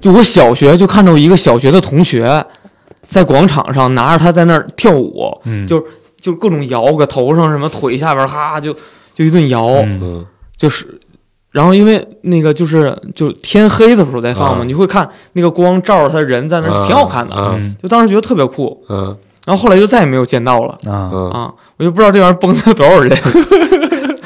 S3: 就我小学就看着一个小学的同学，在广场上拿着它在那儿跳舞，
S4: 嗯，
S3: 就就各种摇，搁头上什么腿下边儿哈就就一顿摇，
S4: 嗯
S5: 嗯
S3: 就是，然后因为那个就是就天黑的时候再放嘛，
S5: 啊
S3: 你会看那个光照着他人在那儿
S5: 啊
S3: 挺好看的，
S5: 啊
S4: 嗯
S3: 就当时觉得特别酷，
S5: 嗯
S3: 然后后来就再也没有见到了
S4: 啊，
S5: 嗯
S3: 啊，我就不知道这玩意儿崩了多少人。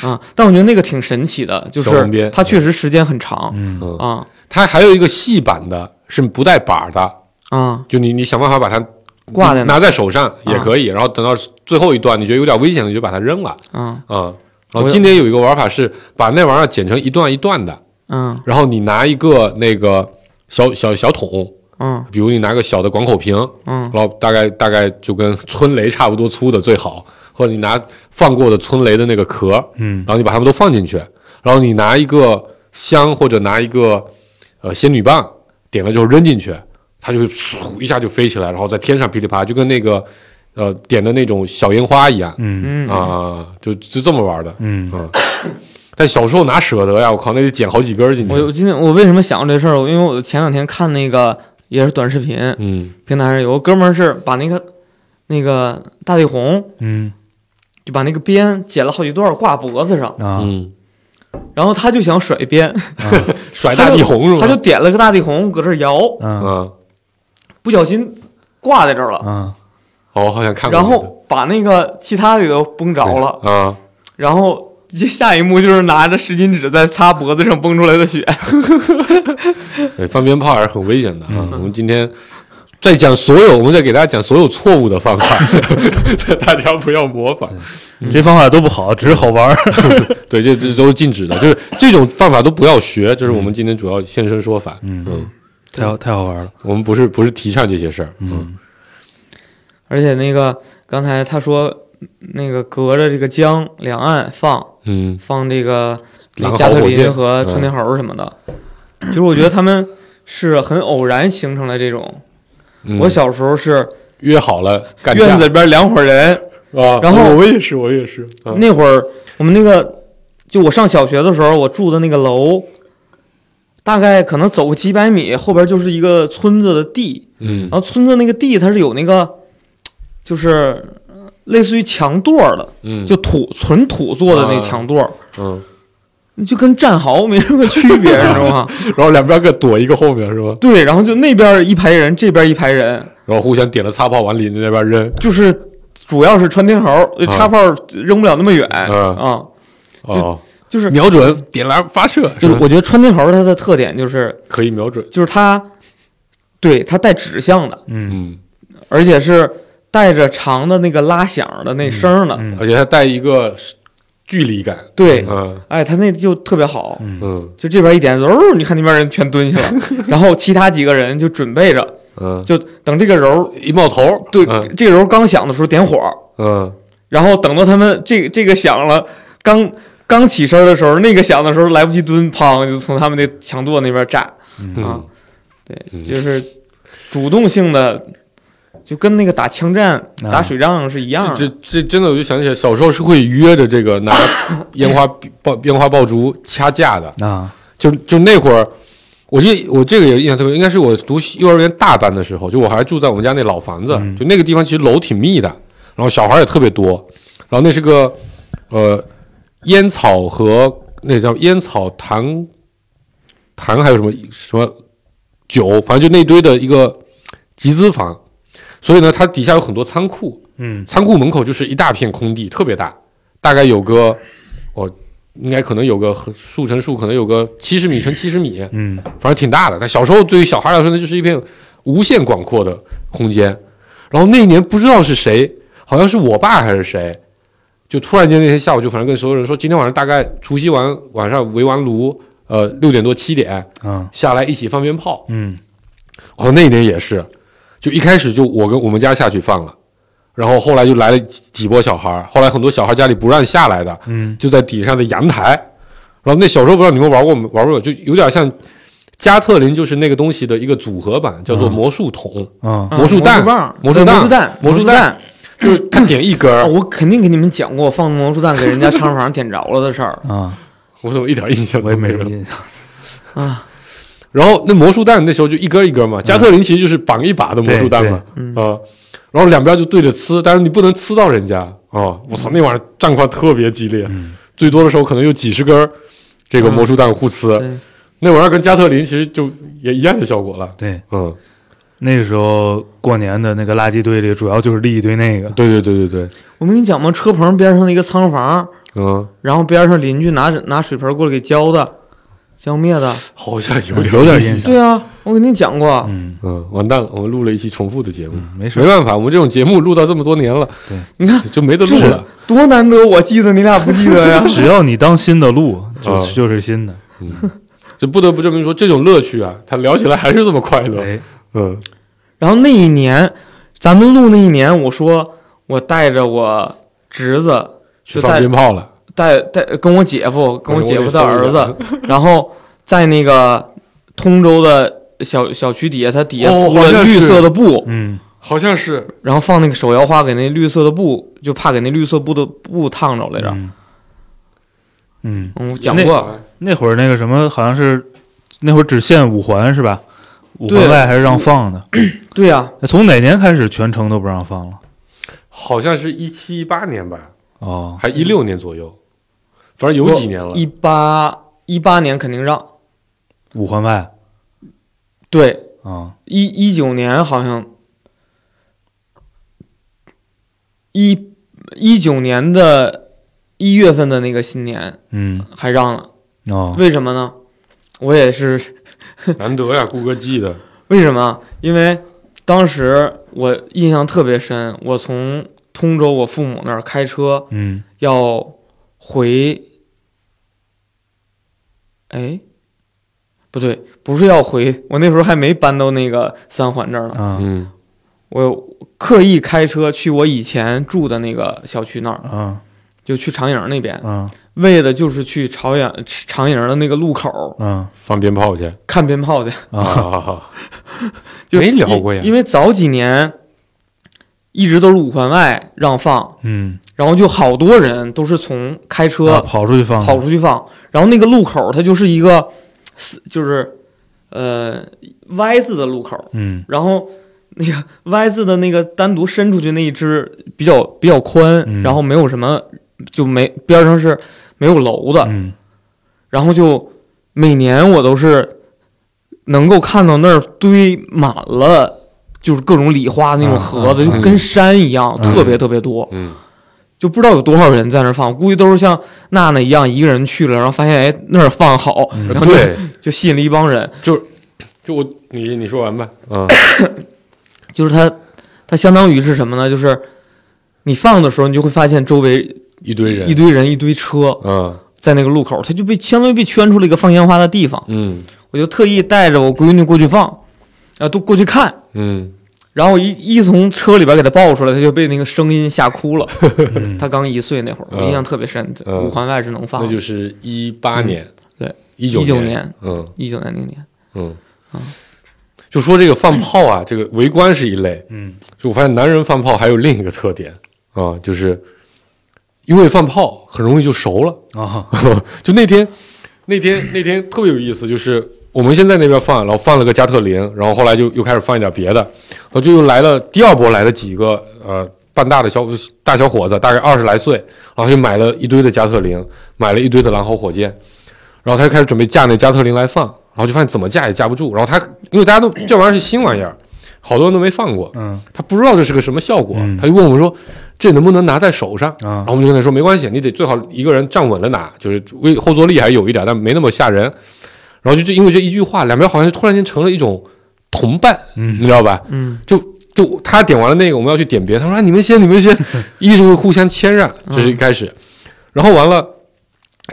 S3: 啊！但我觉得那个挺神奇的，就
S5: 小龙鞭
S3: 是它确实时间很长
S4: 嗯
S5: 嗯，
S3: 啊
S5: 它还有一个细版的，是不带把儿的，
S3: 啊！
S5: 就你你想办法把它
S3: 挂在那
S5: 拿在手上也可以，然后等到最后一段你觉得有点危险了，你就把它扔了
S3: 啊
S5: 啊。然后
S3: 我有
S5: 今年有一个玩法是把那玩意儿剪成一段一段的，
S3: 啊
S5: 然后你拿一个那个小小小桶，
S3: 啊
S5: 比如你拿个小的广口瓶，
S3: 啊
S4: 嗯
S5: 然后大概大概就跟春雷差不多粗的最好，或者你拿放过的春雷的那个壳，
S4: 嗯
S5: 然后你把它们都放进去，然后你拿一个香或者拿一个呃仙女棒点了之后扔进去，它就会嗖一下就飞起来，然后在天上噼里啪啦，就跟那个呃点的那种小烟花一样
S4: 嗯
S5: 啊、
S3: 嗯
S5: 就就这么玩的。啊
S4: 嗯
S5: 但小时候哪舍得呀？我靠，那得剪好几根进去。
S3: 我我今天我为什么想到这事儿？因为我前两天看那个也是短视频，
S5: 嗯
S3: 平台上有个哥们儿是把那个那个大地红
S4: 嗯
S3: 就把那个鞭剪了好几段儿挂脖子上，
S4: 啊，
S5: 嗯，
S3: 然后他就想甩鞭，
S5: 甩
S3: 他
S5: 大
S3: 就
S5: 地红是吗？
S3: 他就点了个大地红搁这儿摇，
S4: 嗯
S5: 嗯
S3: 不小心挂在这儿了，
S4: 啊，
S5: 哦，我好像看过
S3: 然
S5: 这个。
S3: 后把那个其他的都崩着了，
S5: 啊，
S3: 然后接下一幕就是拿着湿巾纸在擦脖子上崩出来的血。
S5: 对，放鞭炮还是很危险的啊。我们今天在讲所有，我们在给大家讲所有错误的方 法，大家不要模仿。嗯
S4: 这些方法都不好，只是好玩 儿。
S5: 对，这这都是禁止的，就是这种方法都不要学，这是我们今天主要现身说法。嗯
S4: 太好太好玩了。
S5: 我们不是不是提倡这些事儿。嗯，
S3: 而且那个刚才他说，那个隔着这个江两岸放
S5: 嗯，
S3: 放这个
S5: 狼
S3: 加
S5: 嚎
S3: 特
S5: 火
S3: 林
S5: 箭
S3: 和
S5: 嗯
S3: 窜天猴什么的，就是我觉得他们是很偶然形成的这种。
S5: 嗯
S3: 我小时候是
S5: 约好了干架
S3: 院子里边两伙人，
S5: 啊，
S3: 然后
S5: 我也是，我也是。啊
S3: 那会儿我们那个，就我上小学的时候，我住的那个楼，大概可能走几百米，后边就是一个村子的地，
S5: 嗯
S3: 然后村子那个地它是有那个，就是呃类似于墙垛儿的，
S5: 嗯，
S3: 就土纯土做的那墙垛儿，
S5: 嗯，
S3: 就跟战壕没什么区别，你知道 吗？
S5: 然后两边各躲一个后面是吧？
S3: 对，然后就那边一排人，这边一排人，
S5: 然后互相点了擦炮往里那边扔。
S3: 就是主要是穿天猴，呃
S5: 啊
S3: 插炮扔不了那么远
S5: 啊
S3: 啊，
S5: 哦，
S3: 就是
S5: 瞄准点燃发射，
S3: 就是
S5: 吧
S3: 我觉得穿天猴它的特点就是。
S5: 可以瞄准。
S3: 就是它，对，它带指向的，
S4: 嗯
S5: 嗯，
S3: 而且是带着长的那个拉响的那声儿的，
S4: 嗯
S5: 而且它带一个距离感。
S3: 对，
S5: 嗯
S3: 哎，它那就特别好，
S5: 嗯
S3: 就这边一点，揉、你看那边人全蹲下 了，然后其他几个人就准备着，
S5: 嗯，
S3: 就等这个揉，
S5: 一冒头，
S3: 对，
S5: 嗯
S3: 这个揉刚响的时候点火，
S5: 嗯，
S3: 然后等到他们这这个响了，刚。刚起身的时候，那个响的时候来不及蹲，砰就从他们那墙垛那边炸，啊
S5: 嗯
S3: 对，
S5: 嗯
S3: 就是主动性的，就跟那个打枪战、打水仗是一样的。
S5: 这这这真的，我就想起来，小时候是会约着这个拿烟花 爆烟花爆竹掐架的，
S4: 啊，
S5: 就就那会儿，我这我这个也印象特别，应该是我读幼儿园大班的时候，就我还住在我们家那老房子，就那个地方其实楼挺密的，然后小孩也特别多，然后那是个呃烟草和那叫烟草糖糖还有什么什么酒，反正就那堆的一个集资房，所以呢，它底下有很多仓库，
S4: 嗯
S5: 仓库门口就是一大片空地，特别大，大概有个，哦，应该可能有个很树乘树，可能有个七十米乘七十米，
S4: 嗯
S5: 反正挺大的。但小时候对于小孩来说，那就是一片无限广阔的空间。然后那一年不知道是谁，好像是我爸还是谁，就突然间那天下午就反正跟所有人说，今天晚上大概除夕晚晚上围完炉，呃，六点多七点
S4: 啊
S5: 下来一起放鞭炮。
S4: 嗯
S5: 哦，那一年也是，就一开始就我跟我们家下去放了，然后后来就来了几几波小孩儿，后来很多小孩家里不让下来的，
S4: 嗯，
S5: 就在底下的阳台，然后那小时候不知道你们玩过没玩过，就有点像加特林，就是那个东西的一个组合版，叫做
S4: 嗯
S5: 魔术筒，
S4: 啊
S3: 啊
S5: 魔术弹
S3: 棒、
S5: 魔术
S3: 对
S5: 弹
S3: 魔术弹、
S5: 魔术
S3: 术
S5: 弹就是它点一根
S3: 哦
S5: 儿，
S3: 我肯定给你们讲过放 魔术弹给人家商场点着了的事儿
S5: 嗯
S4: 啊，
S5: 我怎么一点印象都
S4: 我也没什
S5: 有
S4: 么？印象。
S3: 啊。
S5: 然后那魔术弹那时候就一根一根嘛，加特林其实就是绑一把的魔术弹嘛，啊、
S3: 嗯
S5: 然后两边就对着呲，但是你不能呲到人家啊、我操，那玩意儿战况特别激烈，最多的时候可能有几十根儿这个魔术弹互呲，
S3: 对，
S5: 那玩意儿跟加特林其实就也一样的效果了。
S4: 对，
S5: 嗯，
S4: 那个时候过年的那个垃圾堆里，主要就是立一堆那个。
S5: 对对对对对，
S3: 我没跟你讲吗？车棚边上的一个仓房，
S5: 嗯，
S3: 然后边上邻居拿拿水盆过来给浇的，浇灭的。
S5: 好像有点
S4: 有点
S5: 意思
S4: 印象
S3: 对啊，我跟你讲过，
S4: 嗯，
S5: 嗯，完蛋了，我们录了一期重复的节目，
S4: 没事？
S5: 没办法，我们这种节目录到这么多年了，
S3: 你看
S5: 就没得
S3: 这
S5: 录
S3: 是
S5: 了。
S3: 多难得，我记得你俩不记得呀
S4: 只要你当新的路，就
S5: 啊
S4: 就是新的。
S5: 就不得不证明说，这种乐趣啊，它聊起来还是这么快乐。
S4: 哎，
S5: 嗯
S3: 然后那一年，咱们录那一年，我说我带着我侄子，
S5: 去
S3: 就
S5: 放
S3: 带
S5: 鞭炮了，
S3: 带带跟我姐夫，跟哎我姐夫的儿
S5: 我
S3: 子，然后在那个通州的小小区底下，他底下
S5: 哦
S3: 铺
S5: 好
S3: 了
S5: 像
S3: 绿
S5: 是
S3: 色的布，
S4: 嗯
S5: 好像是
S3: 然后放那个手摇花给那绿色的布，就怕给那绿色布的布烫着来着。
S4: 嗯嗯，
S3: 嗯，我讲
S4: 那
S3: 过，
S4: 那会儿那个什么，好像是那会儿只限五环是吧？五
S3: 对
S4: 环外还是让放的。
S3: 对呀、
S4: 那从哪年开始全程都不让放了？
S5: 好像是一七一八年吧，
S4: 哦，
S5: 还一六年左右，反正有几年了。
S3: 一八一八年肯定让，
S4: 五环外
S3: 对，
S4: 啊，
S3: 一一九年好像一一九年的一月份的那个新年
S4: 嗯，
S3: 还让了，
S4: 哦，
S3: 为什么呢？我也是
S5: 难得呀，顾哥记的，
S3: 为什么？啊因为当时我印象特别深，我从通州我父母那儿开车
S4: 嗯，
S3: 要回，哎，不对，不是要回，我那时候还没搬到那个三环这儿呢。
S4: 啊，
S5: 嗯
S3: 我刻意开车去我以前住的那个小区那儿，
S4: 啊，
S3: 就去长营那边，
S4: 啊，
S3: 为的就是去朝阳 长营的那个路口
S4: 啊，
S5: 放鞭炮去
S3: 看鞭炮去。
S4: 啊，
S5: 啊，
S3: 就
S5: 没聊过呀
S3: 因因为早几年一直都是五环外让放，
S4: 嗯，
S3: 然后就好多人都是从开
S4: 啊
S3: 车
S4: 跑出去放的，
S3: 跑出去放，然后那个路口它就是一个四就是呃 Y 字的路口，
S4: 嗯，
S3: 然后那个 Y 字的那个单独伸出去那一只比较比较宽，
S4: 嗯
S3: 然后没有什么就没边上是没有楼的，
S4: 嗯，
S3: 然后就每年我都是能够看到那儿堆满了。就是各种礼花那种盒子，
S4: 嗯嗯
S3: 就跟山一样，
S4: 嗯
S3: 特别特别多，
S5: 嗯
S3: 就不知道有多少人在那儿放。我估计都是像娜娜一样，一个人去了，然后发现哎那儿放好，
S4: 嗯
S3: 然后就
S5: 对，
S3: 就吸引了一帮人。
S5: 就我你你说完吧，嗯
S3: 就是它，它相当于是什么呢？就是你放的时候，你就会发现周围
S5: 一堆人
S3: 一堆人、一堆车
S5: 嗯
S3: 在那个路口，它就被相当于被圈出了一个放烟花的地方。
S5: 嗯
S3: 我就特意带着我闺女过去放，啊，都过去看。
S5: 嗯
S3: 然后我一一从车里边给她抱出来，她就被那个声音吓哭 了。她刚一岁那会儿，我印象特别深。
S5: 嗯
S3: 五环外是能放
S5: 那
S3: 的，
S5: 就是一八年，
S3: 对，
S5: 一九
S3: 19年，
S5: 嗯
S3: 一九年那年。
S5: 嗯，就说这个放炮啊，这个围观是一类，
S4: 嗯，
S5: 就我发现男人放炮还有另一个特点啊，就是因为放炮很容易就熟了，
S4: 啊，
S5: 就那天那天那天特别有意思，就是我们先在那边放，然后放了个加特林，然后后来就又开始放一点别的，然后就又来了第二波来了几个呃半大的小大小伙子，大概二十来岁，然后就买了一堆的加特林，买了一堆的蓝豪火箭，然后他就开始准备架那加特林来放，然后就发现怎么架也架不住，然后他因为大 家都这玩意儿是新玩意儿，好多人都没放过，
S4: 嗯，
S5: 他不知道这是个什么效果，
S4: 嗯
S5: 他就问我们说：“这能不能拿在手上？”
S4: 啊
S5: 然后我们就跟他说：“没关系，你得最好一个人站稳了拿，就是为后坐力还有一点，但没那么吓人。”然后就就因为这一句话，两边好像突然间成了一种同伴，
S4: 嗯
S5: 你知道吧？
S3: 嗯，
S5: 就就他点完了那个，我们要去点别的，他说：“啊，你们先，你们先。” 一是会互相谦让，这
S4: 嗯
S5: 是一开始。然后完了，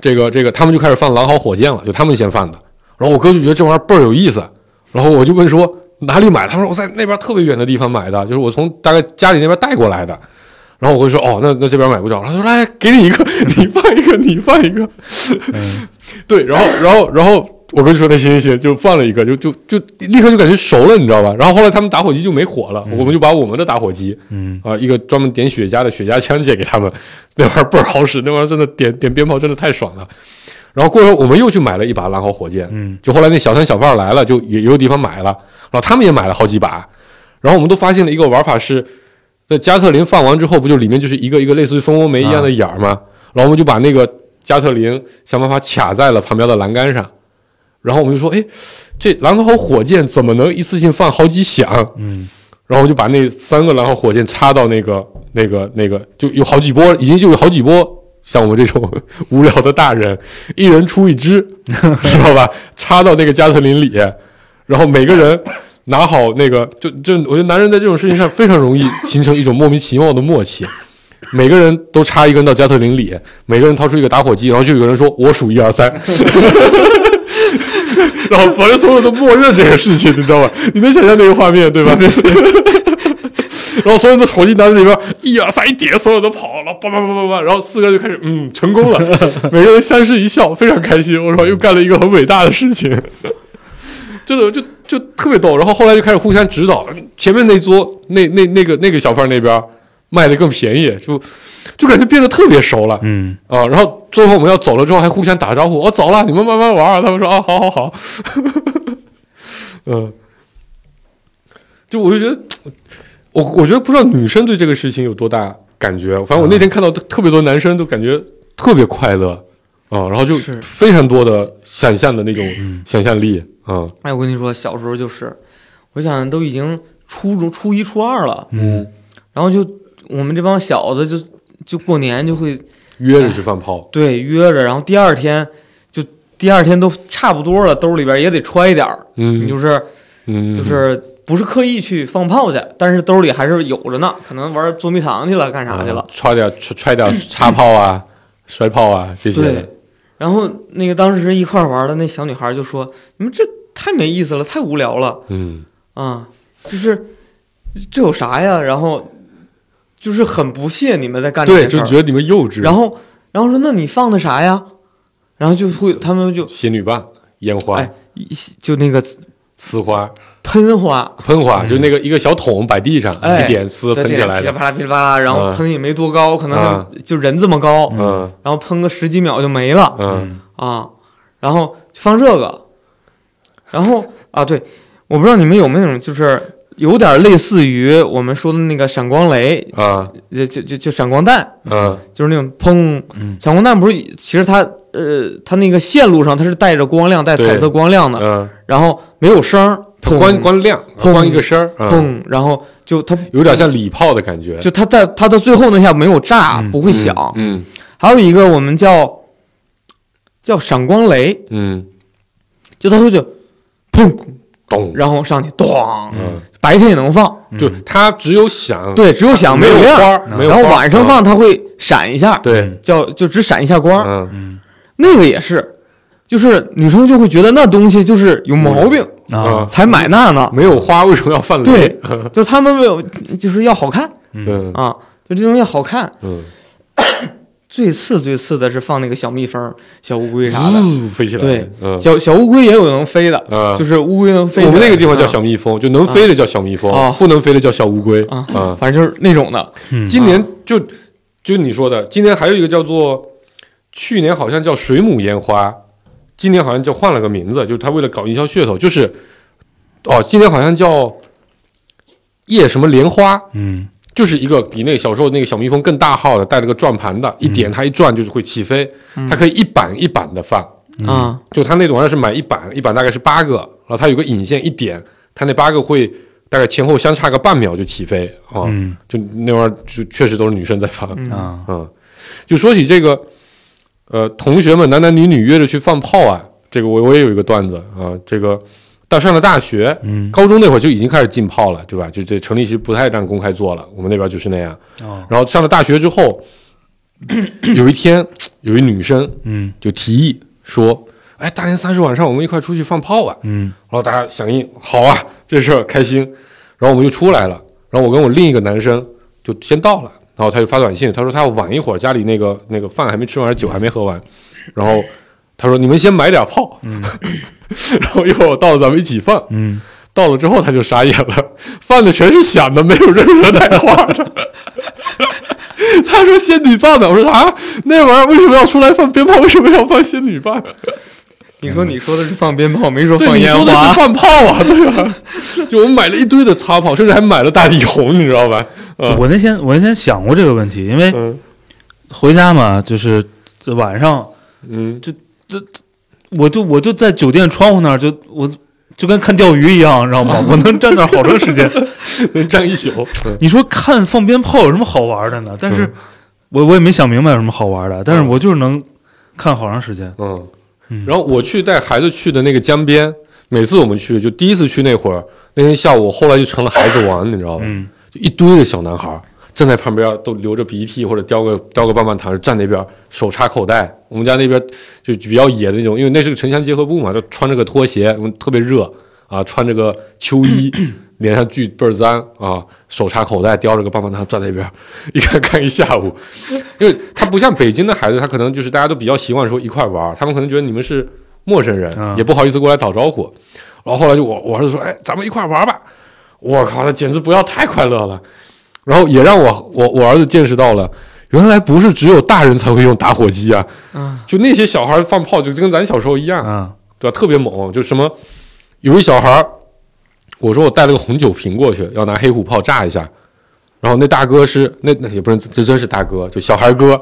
S5: 这个这个他们就开始放狼嚎火箭了，就他们先放的。然后我哥就觉得这玩意儿倍儿有意思，然后我就问说哪里买的？他说我在那边特别远的地方买的，就是我从大概家里那边带过来的。然后我会说哦，那那这边买不着。他说来给你一个， 你放一个，你放一个。
S4: 嗯，
S5: 对，然后然后然后我跟你说那行行行，就放了一个，就就就立刻就感觉熟了，你知道吧？然后后来他们打火机就没火了，我们就把我们的打火机，
S4: 嗯，
S5: 啊、一个专门点雪茄的雪茄枪借给他们，那玩意儿倍儿好使，那玩意儿真的点点鞭炮真的太爽了。然后过一会儿我们又去买了一把蓝豪火箭，
S4: 嗯，
S5: 就后来那小三小贩儿来了，就也也有地方买了，然后他们也买了好几把，然后我们都发现了一个玩法是，在加特林放完之后，不就里面就是一个一个类似于蜂窝煤一样
S4: 啊
S5: 的眼儿吗？然后我们就把那个加特林想办法卡在了旁边的栏杆上，然后我们就说，哎，这蓝豪火箭怎么能一次性放好几响？
S4: 嗯，
S5: 然后我就把那三个蓝豪火箭插到那个、那个、那个，就有好几波，已经就有好几波像我们这种 无聊的大人，一人出一 支，知道吧？插到那个加特林里，然后每个人拿好那个，就就我觉得男人在这种事情上非常容易形成一种莫名其妙的默契。每个人都插一根到加特林里，每个人掏出一个打火机，然后就有个人说：“我数一二 三。”然后反正所有人都默认这个事情，你知道吧？你能想象那个画面对吧？然后所有人都手机拿在那边，一二三一点，所有人都跑了，叭叭叭叭叭，然后四个人就开始嗯成功了，每个人相视一笑，非常开心。我说又干了一个很伟大的事情，真的就就特别逗。然后后来就开始互相指导，前面那桌那那那个那个小贩儿那边卖的更便宜，就就感觉变得特别熟了。
S4: 嗯，
S5: 啊，然后最后我们要走了之后还互相打招呼，我、哦走了，你们慢慢玩儿。他们说啊，好好好，嗯，就我就觉得，我我觉得不知道女生对这个事情有多大感觉，反正我那天看到特特别多男生都感觉特别快乐啊，然后就是非常多的想象的那种想象力啊，
S3: 哎，我跟你说，小时候就是我想都已经初中初一初二了，
S4: 嗯，
S3: 然后就我们这帮小子就就过年就会
S5: 约着去放炮，
S3: 对约着，然后第二天就第二天都差不多了，兜里边也得揣一点儿，
S5: 嗯，
S3: 就是
S5: 嗯
S3: 就是不是刻意去放炮去，但是兜里还是有着呢，可能玩捉迷藏去了，干啥去了
S5: 啊？揣点揣揣点擦炮啊、摔炮啊这些
S3: 对
S5: 的，，
S3: 然后那个当时一块儿玩的那小女孩就说：“你们这太没意思了，太无聊了
S5: 嗯
S3: 啊、就是这有啥呀？”然后就是很不屑你们在干这
S5: 对，
S3: 件事
S5: 就
S3: 儿
S5: 觉，得你们幼稚。
S3: 然后然后说：“那你放的啥呀？”然后就会他们就
S5: 仙女棒、烟花
S3: 哎、一就那个
S5: 呲花、
S3: 喷花，
S5: 喷花，就那个一个小桶摆地上，
S3: 哎
S5: 一点呲
S3: 在
S5: 喷
S3: 地
S5: 起
S3: 上
S5: 来
S3: 噼里
S5: 的，
S3: 啪啦噼里啪啦，然后
S5: 嗯
S3: 喷也没多高，可能
S5: 嗯
S3: 就人这么高，
S5: 嗯
S3: 然后喷个十几秒就没了。
S5: 嗯
S3: 啊，然后就放这个，然后啊，对，我不知道你们有没有那种，就是有点类似于我们说的那个闪光雷，
S5: 啊
S3: 就就就就闪光弹，
S5: 嗯
S3: 就是那种砰，
S4: 嗯
S3: 闪光弹不是，其实它呃，它那个线路上它是带着光亮，带彩色光亮的，
S5: 嗯，
S3: 然后没有声儿，砰
S5: 光光亮，
S3: 砰
S5: 光一个声儿，嗯
S3: 砰，然后就它
S5: 有点像礼炮的感觉，
S3: 就它在它到最后那下没有炸，
S4: 嗯
S3: 不会
S5: 嗯
S3: 响，
S5: 嗯
S3: 还有一个我们叫叫闪光雷，
S5: 嗯，
S3: 就它会就砰。
S5: 咚，
S3: 然后上去咣，
S5: 嗯，
S3: 白天也能放，
S5: 就它只有响，
S3: 对，只有响
S5: 没
S3: 有
S5: 花
S3: 亮，
S5: 儿，没有
S3: 然后
S5: 花儿
S3: 晚上，放它会闪一下
S5: 嗯，对，
S3: 叫就只闪一下光，
S5: 嗯，
S3: 那个也是，就是女生就会觉得那东西就是有毛病
S5: 嗯
S4: 啊，
S3: 才买那呢，
S5: 没有花为什么要放雷？
S3: 对，就是他们没有就是要好看
S5: 嗯
S3: 啊，就这东西好看。
S5: 嗯，
S3: 最次最次的是放那个小蜜蜂、小乌龟啥的，
S5: 呜飞起来，
S3: 对
S5: 嗯，
S3: 小小乌龟也有能飞的，
S5: 啊
S3: 就是乌龟能飞起来。
S5: 我们那个地方叫
S3: 啊
S5: 小蜜蜂，就能飞的叫小蜜蜂
S3: 啊，
S5: 不能飞的叫小乌龟
S3: 啊
S5: 啊。
S3: 反正就是那种的，
S5: 今年就就你说的，今年还有一个叫做，去年好像叫水母烟花，今年好像叫换了个名字，就是他为了搞营销噱头，就是哦，今年好像叫夜什么莲花，
S4: 嗯
S5: 就是一个比那个小时候那个小蜜蜂更大号的，带了个转盘的，一
S3: 嗯
S5: 点它一转就是会起飞，它可以一板一板的放，
S3: 啊，
S5: 就它那种玩意儿是买一板，一板大概是八个，然后它有个引线一点，它那八个会大概前后相差个半秒就起飞啊，
S4: 嗯
S5: 就那玩意儿就确实都是女生在放，
S3: 嗯
S4: 啊，
S5: 嗯，就说起这个，呃，同学们男男女女约着去放炮啊，这个我我也有一个段子啊，这个到上了大学，
S4: 嗯
S5: 高中那会儿就已经开始禁炮了，对吧？就这城里其实不太让公开做了，我们那边就是那样。
S4: 哦
S5: 然后上了大学之后，有一天有一女生
S4: 嗯
S5: 就提议说：“哎，大年三十晚上我们一块出去放炮啊！”
S4: 嗯
S5: 然后大家响应，好啊，这事儿开心。然后我们就出来了，然后我跟我另一个男生就先到了，然后他就发短信，他说他要晚一会儿，家里那个那个饭还没吃完，酒还没喝完，然后他说你们先买点炮， 然后一会儿我到了咱们一起放。
S4: 嗯，
S5: 到了之后他就傻眼了，放的全是响的，没有任何带花的。 他说仙女棒的，我说啊，那玩意儿为什么要出来放鞭炮？为什么要放仙女棒？
S3: 你说你说的是放鞭炮，没说
S5: 对，
S3: 放
S5: 你
S3: 烟
S5: 说的
S3: 花
S5: 是。放炮啊，对吧？ 就我们买了一堆的擦炮，甚至还买了大地红，你知道吧？嗯
S4: 我那天我那天想过这个问题，因为
S5: 嗯
S4: 回家嘛，就是晚上，
S5: 嗯
S4: 我就我就在酒店窗户那儿，就我就跟看钓鱼一样，知道吗？我能站那儿好长时 间。
S5: 能站一宿。嗯
S4: 你说看放鞭炮有什么好玩的呢？但是
S5: 嗯
S4: 我我也没想明白有什么好玩的，但是
S5: 嗯
S4: 我就是能看好长时间。
S5: 嗯
S4: 嗯
S5: 然后我去带孩子去的那个江边，每次我们去，就第一次去那会儿，那天下午，我后来就成了孩子王，你知道吧？
S4: 嗯
S5: 就一堆的小男孩儿站在旁边儿，都流着鼻涕或者叼个叼个棒棒糖，站那边儿手插口袋。我们家那边儿就比较野的那种，因为那是个城乡结合部嘛，就穿着个拖鞋，嗯特别热啊，穿着个秋 衣，脸上巨倍儿脏啊，手插口袋叼着个棒棒糖站那边儿，一看看一下午。因为他不像北京的孩子，他可能就是大家都比较习惯说一块玩儿，他们可能觉得你们是陌生人，
S4: 嗯
S5: 也不好意思过来打招呼。然后后来就我我儿子说，哎，咱们一块玩儿吧。我靠，他简直不要太快乐了。然后也让我我我儿子见识到了，原来不是只有大人才会用打火机啊，
S3: 嗯
S5: 就那些小孩放炮就跟咱小时候一样，
S4: 啊
S5: 对吧？特别猛，就什么有一小孩，我说我带了个红酒瓶过去，要拿黑虎炮炸一下，然后那大哥是那那也不是这真是大哥，就小孩哥，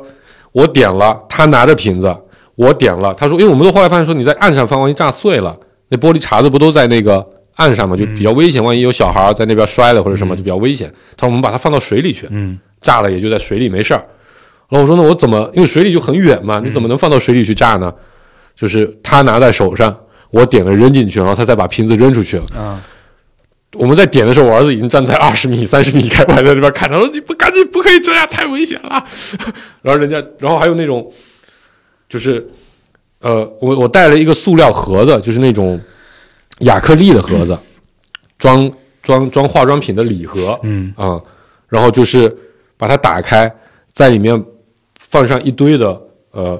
S5: 我点了，他拿着瓶子，我点了，他说，因为我们都后来发现说你在岸上放，万一炸碎了，那玻璃碴子不都在那个岸上嘛，就比较危险，万一有小孩在那边摔了或者什么，就比较危险。他说我们把它放到水里去，
S4: 嗯，
S5: 炸了也就在水里没事儿。然后我说那我怎么，因为水里就很远嘛，你怎么能放到水里去炸呢？就是他拿在手上，我点了扔进去，然后他再把瓶子扔出去了。
S4: 啊，
S5: 我们在点的时候，我儿子已经站在二十米、三十米开外在那边看，他说：“你不赶紧不可以这样，太危险了。” 然后人家，然后还有那种，就是，呃，我我带了一个塑料盒子，就是那种亚克力的盒子，装装装化妆品的礼盒，
S4: 嗯
S5: 啊、然后就是把它打开，在里面放上一堆的呃，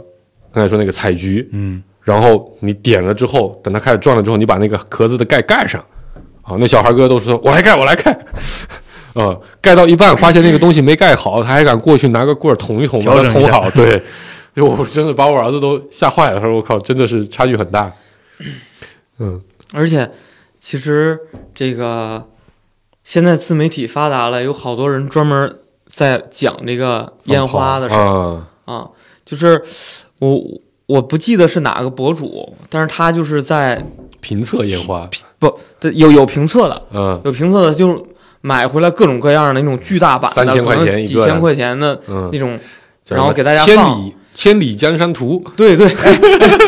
S5: 刚才说那个采菊，
S4: 嗯，
S5: 然后你点了之后，等它开始转了之后，你把那个壳子的盖盖上。啊，那小孩哥都说：“我来盖，我来盖。”呃，盖到一半，发现那个东西没盖好，他还敢过去拿个棍儿捅一捅，把它
S4: 调整一
S5: 捅
S4: 下
S5: 好。对，就我真的把我儿子都吓坏了。他说：“我靠，真的是差距很大。”嗯，
S3: 而且，其实这个现在自媒体发达了，有好多人专门在讲这个烟花的事儿
S5: 啊，
S3: 啊。就是我我不记得是哪个博主，但是他就是在
S5: 评测烟花，
S3: 不对有有评测的，
S5: 嗯
S3: 有评测的，就是买回来各种各样的那种巨大版的，
S5: 3000块钱
S3: 可能
S5: 一
S3: 几
S5: 个
S3: 千块钱的
S5: 嗯
S3: 那，种。
S5: 叫
S3: 然后
S5: 什么
S3: 给大家
S5: 千
S3: 放
S5: 里千里江山图，
S3: 对 对，哎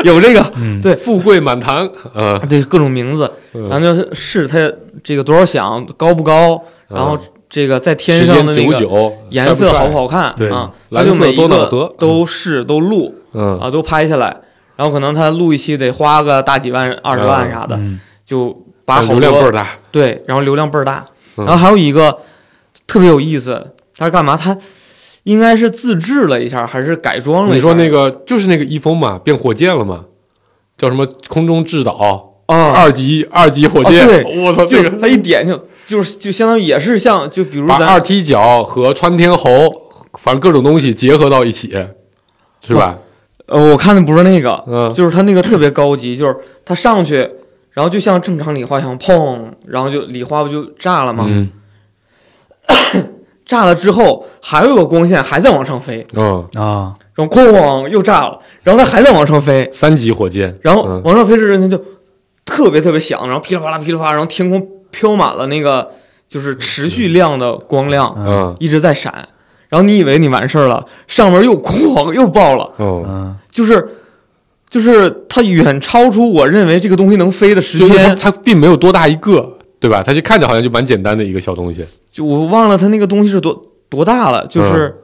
S3: 有这个，对
S5: 富贵满堂。呃，
S3: 对各种名字，
S5: 嗯
S3: 然后就是试它这个多少响，高不高，然后这个在 天上的那
S5: 嗯时间久
S3: 个
S5: 久，
S3: 颜色好不
S5: 好？
S3: 好看
S5: 对
S3: 啊？
S5: 蓝
S3: 他就
S5: 色
S3: 每一
S5: 多瑙
S3: 个
S5: 河
S3: 都试都录
S5: 嗯，
S3: 啊，都拍下来，然后可能他录一期得花个大几万、二十万啥的，
S4: 嗯
S3: 就把好
S5: 流量倍儿
S3: 多
S5: 大。
S3: 对，然后流量倍儿大。
S5: 嗯
S3: 然后还有一个特别有意思，他是干嘛？他应该是自制了一下，还是改装了一下？
S5: 你说那个就是那个一峰嘛，变火箭了嘛，叫什么空中制导、
S3: 啊，
S5: 二级二级火箭，
S3: 啊
S5: 我操，
S3: 就
S5: 这个
S3: 他一点就就是就相当于也是像就比如
S5: 把
S3: 咱
S5: 二踢脚和穿天猴，反正各种东西结合到一起，是吧？
S3: 呃，我看的不是那个，
S5: 嗯
S3: 哦就是他那个特别高级，就是他上去，然后就像正常礼花一样，砰，然后就礼花不就炸了吗？
S5: 嗯
S3: 炸了之后还有个光线还在往上飞，
S5: 嗯，
S4: 啊，
S3: 然后哐又炸了，然后它还在往上飞，
S5: 三级火箭，
S3: 然后
S5: 嗯
S3: 往上飞的时候它就特别特别响，然后噼里啪啦噼里啪啦，然后天空飘满了那个就是持续亮的光亮，
S5: 嗯
S3: 一直在闪。然后你以为你完事儿了，上面又哐又爆了，
S5: 嗯，
S4: 嗯，
S3: 就是就是它远超出我认为这个东西能飞的时
S5: 就是它
S3: 间，
S5: 它并没有多大一个，对吧？它就看着好像就蛮简单的一个小东西，
S3: 就我忘了它那个东西是多多大了，
S5: 嗯
S3: 就是、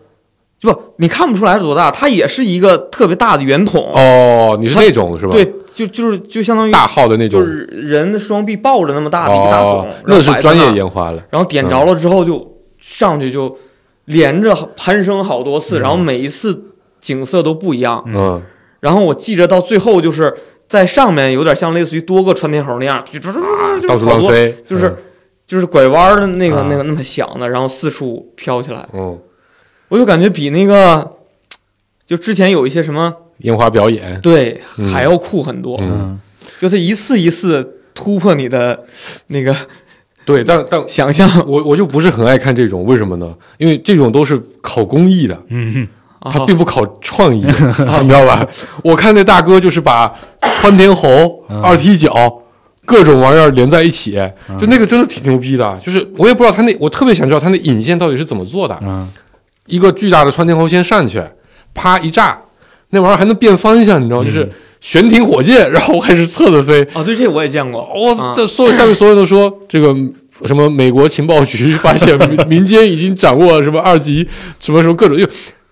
S3: 就不你看不出来是多大，它也是一个特别大的圆筒，
S5: 哦，你是那种是吧？
S3: 对，，就就是就相当于
S5: 大号的那种，
S3: 就是人的双臂抱着那么大的一个大桶，
S5: 哦，
S3: 然
S5: 那
S3: 后
S5: 是
S3: 摆在
S5: 专
S3: 那
S5: 业
S3: 儿
S5: 烟花了，
S3: 然后点着了之后就上去就连着攀升好多次，然后每一次景色都不一样。
S5: 嗯
S3: 然后我记着到最后就是在上面有点像类似于多个穿天猴那样，就
S5: 啊到
S3: 到
S5: 处乱，飞，嗯
S3: 就是就是拐弯的那个
S4: 啊
S3: 那个那么响的，然后四处飘起来，
S5: 嗯嗯，
S3: 我就感觉比那个就之前有一些什么
S5: 烟花表演，
S3: 对
S5: 嗯
S3: 还要酷很多，
S5: 嗯
S4: 嗯，
S3: 就是一次一次突破你的那个
S5: 对，但但
S3: 想象
S5: 我我就不是很爱看这种，为什么呢？因为这种都是考工艺的，
S4: 嗯，
S3: 哦
S5: 它并不考创意， 你知道吧？我看那大哥就是把窜天猴、
S4: 嗯
S5: 二踢脚。各种玩意儿连在一起，就那个真的挺牛逼的。就是我也不知道他那，我特别想知道他那引线到底是怎么做的。
S4: 嗯，
S5: 一个巨大的窜天猴先上去，啪一炸，那玩意儿还能变方向，你知道吗？
S4: 嗯
S5: 就是悬停火箭，然后开始侧着飞。
S3: 哦，对，这我也见过，
S5: 我
S3: 啊
S5: 这所有下面所有人都说这个什么美国情报局 发现民民间已经掌握了什么二级什么什么各种，就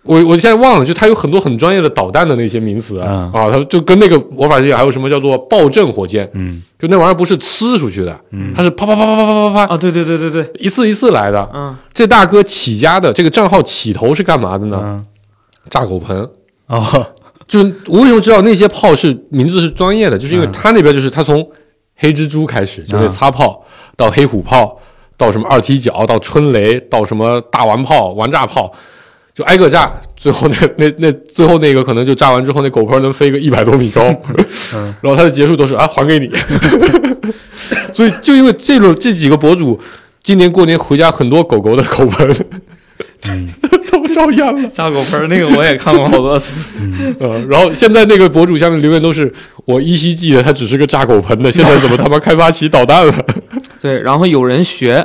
S5: 我我现在忘了，就它有很多很专业的导弹的那些名词啊
S4: 嗯，
S5: 啊，它就跟那个魔法世界还有什么叫做爆震火箭，
S4: 嗯，
S5: 就那玩意儿不是呲出去的，它是啪啪啪啪啪啪啪啪
S3: 啊，对对对对 对，
S5: 一次一次来的。
S3: 嗯，
S5: 这大哥起家的这个账号起头是干嘛的呢？
S4: 嗯，
S5: 炸狗盆。
S4: 哦，
S5: 就是我为什么知道那些炮是名字是专业的，就是因为他那边就是他从黑蜘蛛开始，就那擦炮到黑虎炮，到什么二踢脚，到春雷，到什么大丸炮、丸炸炮，就挨个炸，最后那 那那最后那个可能就炸完之后，那狗盆能飞个一百多米高， 然后他的结束都是啊还给你， 所以就因为这种这几个博主。今年过年回家，很多狗狗的狗盆 都照样了。
S3: 炸狗盆儿那个我也看过好多次，
S5: 呃嗯，然后现在那个博主下面留言都是我依稀记得它只是个炸狗盆的，现在怎么他妈开发起导弹了？
S3: 对，然后有人学，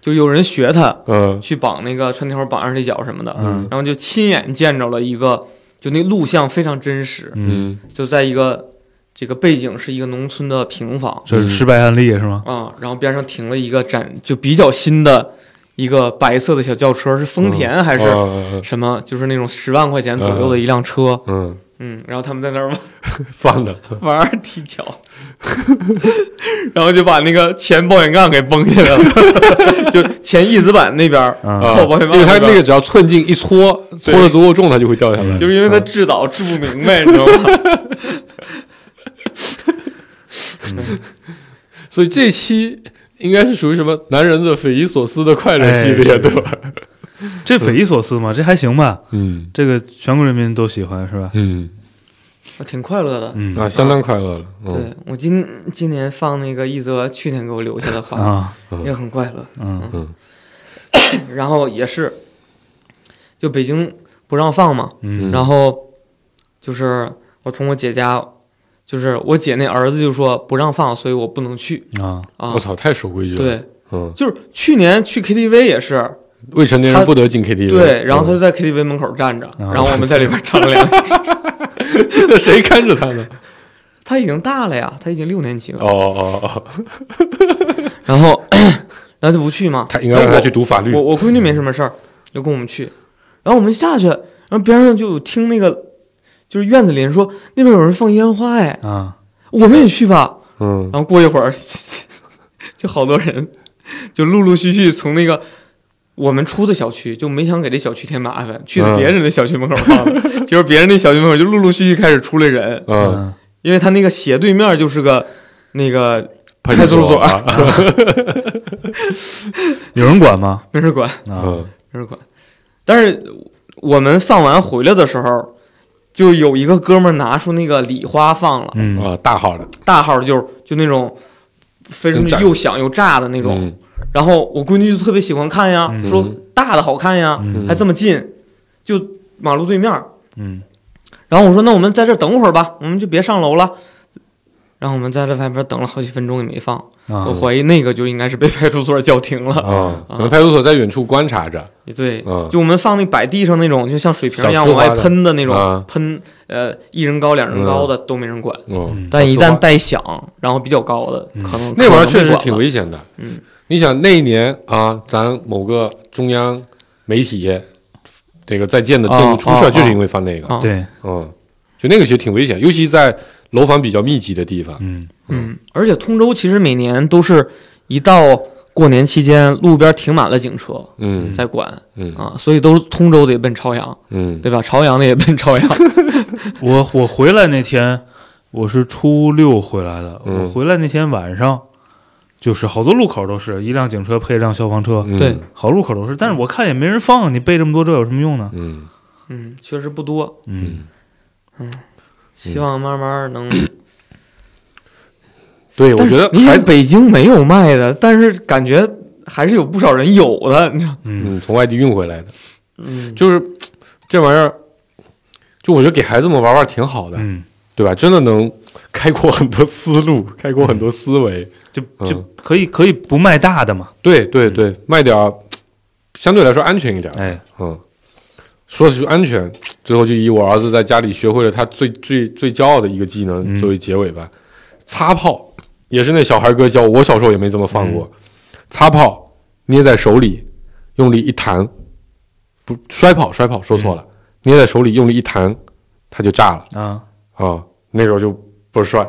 S3: 就有人学他，
S5: 嗯
S3: 去绑那个穿条绑二踢脚什么的，然后就亲眼见着了一个，就那录像非常真实，
S4: 嗯，
S5: 嗯
S3: 就在一个这个背景是一个农村的平房
S5: 嗯
S4: 这是失败案例是吗？
S3: 啊、然后边上停了一个展就比较新的一个白色的小轿车，是丰田还是
S5: 嗯
S3: 什么，就是那种十万块钱左右的一辆车，
S5: 嗯
S3: 嗯，然后他们在那儿玩
S5: 放 的，
S3: 玩二踢脚， 然后就把那个前保险杠给崩下来了， 就前翼子板那边儿
S4: 啊
S5: 啊
S3: 后保险杠
S5: 因为它
S3: 边儿
S5: 那个只要寸劲一搓，搓的足够重，它就会掉下来。
S4: 嗯
S3: 就是因为他治导治不明白，你知道吗？
S5: 所以这期应该是属于什么男人的匪夷所思的快乐系列，
S4: 哎
S5: 对吧？
S4: 这匪夷所思吗？这还行吧，
S5: 嗯
S4: 这个全国人民都喜欢是吧？
S5: 嗯
S3: 挺快乐的。
S4: 嗯
S5: 啊，相当快乐了。嗯
S3: 对我今今年放那个一则去年给我留下的话，
S4: 啊
S3: 也很快乐。
S4: 嗯
S5: 嗯
S3: 然后也是，就北京不让放嘛，
S4: 嗯
S3: 然后就是我从我姐家，就是我姐那儿子就说不让放，所以我不能去
S4: 啊
S3: 啊
S5: 我。操，太守规矩了。，
S3: 对，
S5: 嗯，
S3: 就是去年去 KTV 也是，
S5: 未成年人
S3: 他
S5: 不得进 KTV。
S3: 对，然后他就
S5: 嗯
S3: 在 KTV 门口站
S5: 啊
S3: 着，然后我们在里边唱了两首。
S5: 那谁看着他呢？
S3: 他已经大了呀，他已经六年级了
S5: 哦。哦哦哦，
S3: 然后 然后就不去嘛。
S5: 他应该让
S3: 然后
S5: 他
S3: 我
S5: 去读法律
S3: 我。我闺女没什么事儿，就跟我们去。然后我们下去，然后边上就有听那个，就是院子里人说那边有人放烟花，哎，
S4: 啊
S3: 我们也去吧。
S5: 嗯
S3: 然后过一会儿， 就好多人就陆陆续续从那个。我们出的小区就没想给这小区添麻烦，去
S5: 嗯
S3: 了别人的小区门口放的， 结果别人那小区门口就陆陆续续开始出来人，
S5: 嗯，
S4: 嗯
S3: 因为他那个斜对面就是个那个
S5: 派
S3: 派出所嗯
S5: 啊。
S4: 有人管吗？
S3: 没人管，
S4: 啊
S5: 嗯
S3: 没人管。但是我们放完回来的时候，就有一个哥们儿拿出那个礼花放了，
S4: 嗯
S5: 啊，大号的
S3: 大号就是就那种飞出去
S5: 炸嗯
S3: 又响又炸的那
S5: 那
S3: 种。。然后我闺女就特别喜欢看呀，
S4: 嗯
S3: 说大的好看呀，
S4: 嗯
S3: 还这么近，就马路对面儿。
S4: 嗯
S3: 然后我说那我们在这儿等会儿吧，我们就别上楼了。然后我们在这外边等了好几分钟也没放，
S5: 呃
S4: 啊
S3: 我怀疑那个就应该是被派出所叫停了。
S5: 啊，可能派出所在远处观察着。
S3: 对，
S5: 嗯
S3: 就我们放那摆地上那种，就像水瓶一样
S5: 小丝
S3: 往
S5: 滑的
S3: 外喷的那种，
S5: 啊
S3: 喷呃一人高两人高的、都没人管，
S5: 嗯，
S3: 但一
S5: 小丝
S3: 旦
S5: 滑
S3: 带响，然后比较高的，可能
S5: 那玩意儿
S3: 可能
S5: 确
S3: 被
S5: 实
S3: 管
S5: 挺
S3: 了
S5: 危险的。
S3: 嗯，
S5: 你想那一年啊，咱某个中央媒体这个在建的建筑出事儿，
S3: 哦哦
S5: 就是因为放那个。
S3: 哦
S4: 对
S5: 嗯，就那个其实挺危险，尤其在楼房比较密集的地方。
S4: 嗯
S3: 嗯，而且通州其实每年都是一到过年期间，路边停满了警车
S5: 嗯
S3: 在管
S5: 嗯
S3: 啊，所以都通州的也奔朝阳，
S5: 嗯
S3: 对吧？朝阳的也奔朝 阳，
S4: 我我回来那天，我是初六回来的。
S5: 嗯
S4: 我回来那天晚上，就是好多路口都是一辆警车配一辆消防车，
S5: 嗯
S3: 对
S4: 好路口都是。但是我看也没人放，你备这么多车有什么用呢？
S5: 嗯
S3: 嗯，确实不多，
S4: 嗯，
S5: 嗯，
S3: 希望慢慢能。
S5: 对，我
S3: 但
S5: 觉
S3: 是
S5: 得
S3: 你
S5: 还
S3: 想
S5: 是
S3: 北京没有卖的，但是感觉还是有不少人有的，你知道？
S5: 嗯从外地运回来的，
S3: 嗯，
S5: 就是这玩意儿，就我觉得给孩子们玩玩挺好的，
S4: 嗯，
S5: 对吧？真的能开阔很多思路，开阔很多思维。
S4: 就
S5: 嗯
S4: 就可以可以不卖大的嘛。
S5: 对对对，卖点儿相对来说安全一点儿。
S4: 哎，
S5: 嗯，说起安全，最后就以我儿子在家里学会了他最最最骄傲的一个技能
S4: 嗯
S5: 作为结尾吧。擦炮也是那小孩哥教我，我小时候也没这么放过。擦炮捏在手里，用力一弹，不摔炮摔炮说错了，捏在手里用力一弹，它就炸了
S4: 啊，
S5: 啊、那个我就不帅。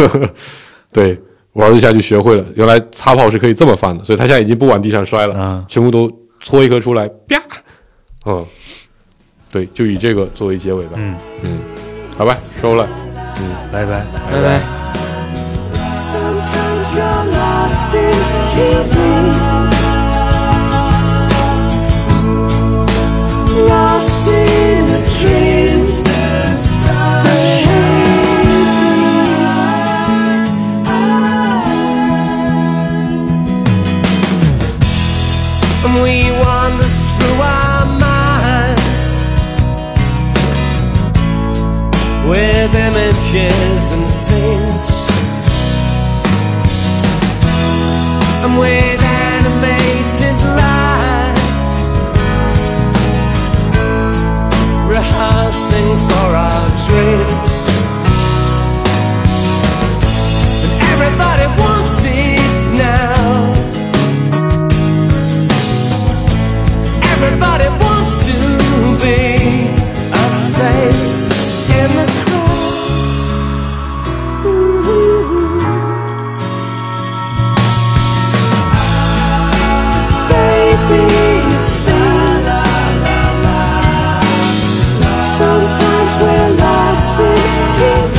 S5: 对我儿子一下就学会了，原来擦炮是可以这么放的，所以他现在已经不往地上摔了。
S4: 啊，
S5: 全部都搓一颗出来，啪，嗯，对，就以这个作为结尾吧，
S4: 嗯，
S5: 好吧，收了，
S4: 拜拜。
S3: 拜拜。
S6: Sometimes you're lost in TV. Lost in a dream. Ashamed.
S2: And we wander through our minds with image witches and saints. I'm with animated lives, rehearsing for our drinks. And everybody wants it now. Everybody wants to be a face in the crowd. Ooh.
S6: Baby, it seems Sometimes we're lost in TV.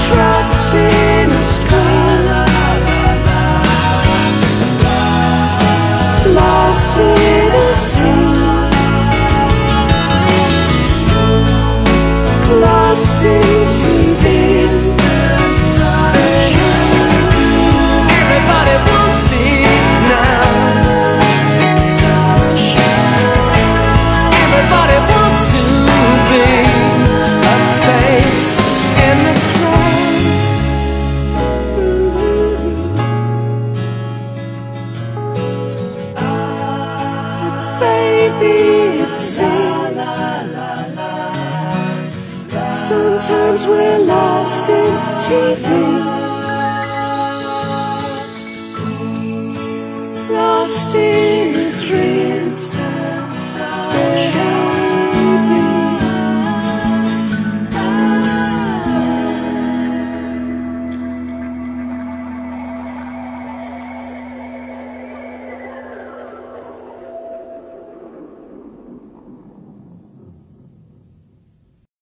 S6: Trapped in a screen. Lost in a scene. Lost in TV.
S2: Everybody wants it now. Everybody wants to be a face in the crowd.
S6: Baby, it seems Sometimes we're lost in TV. Lost in a dream.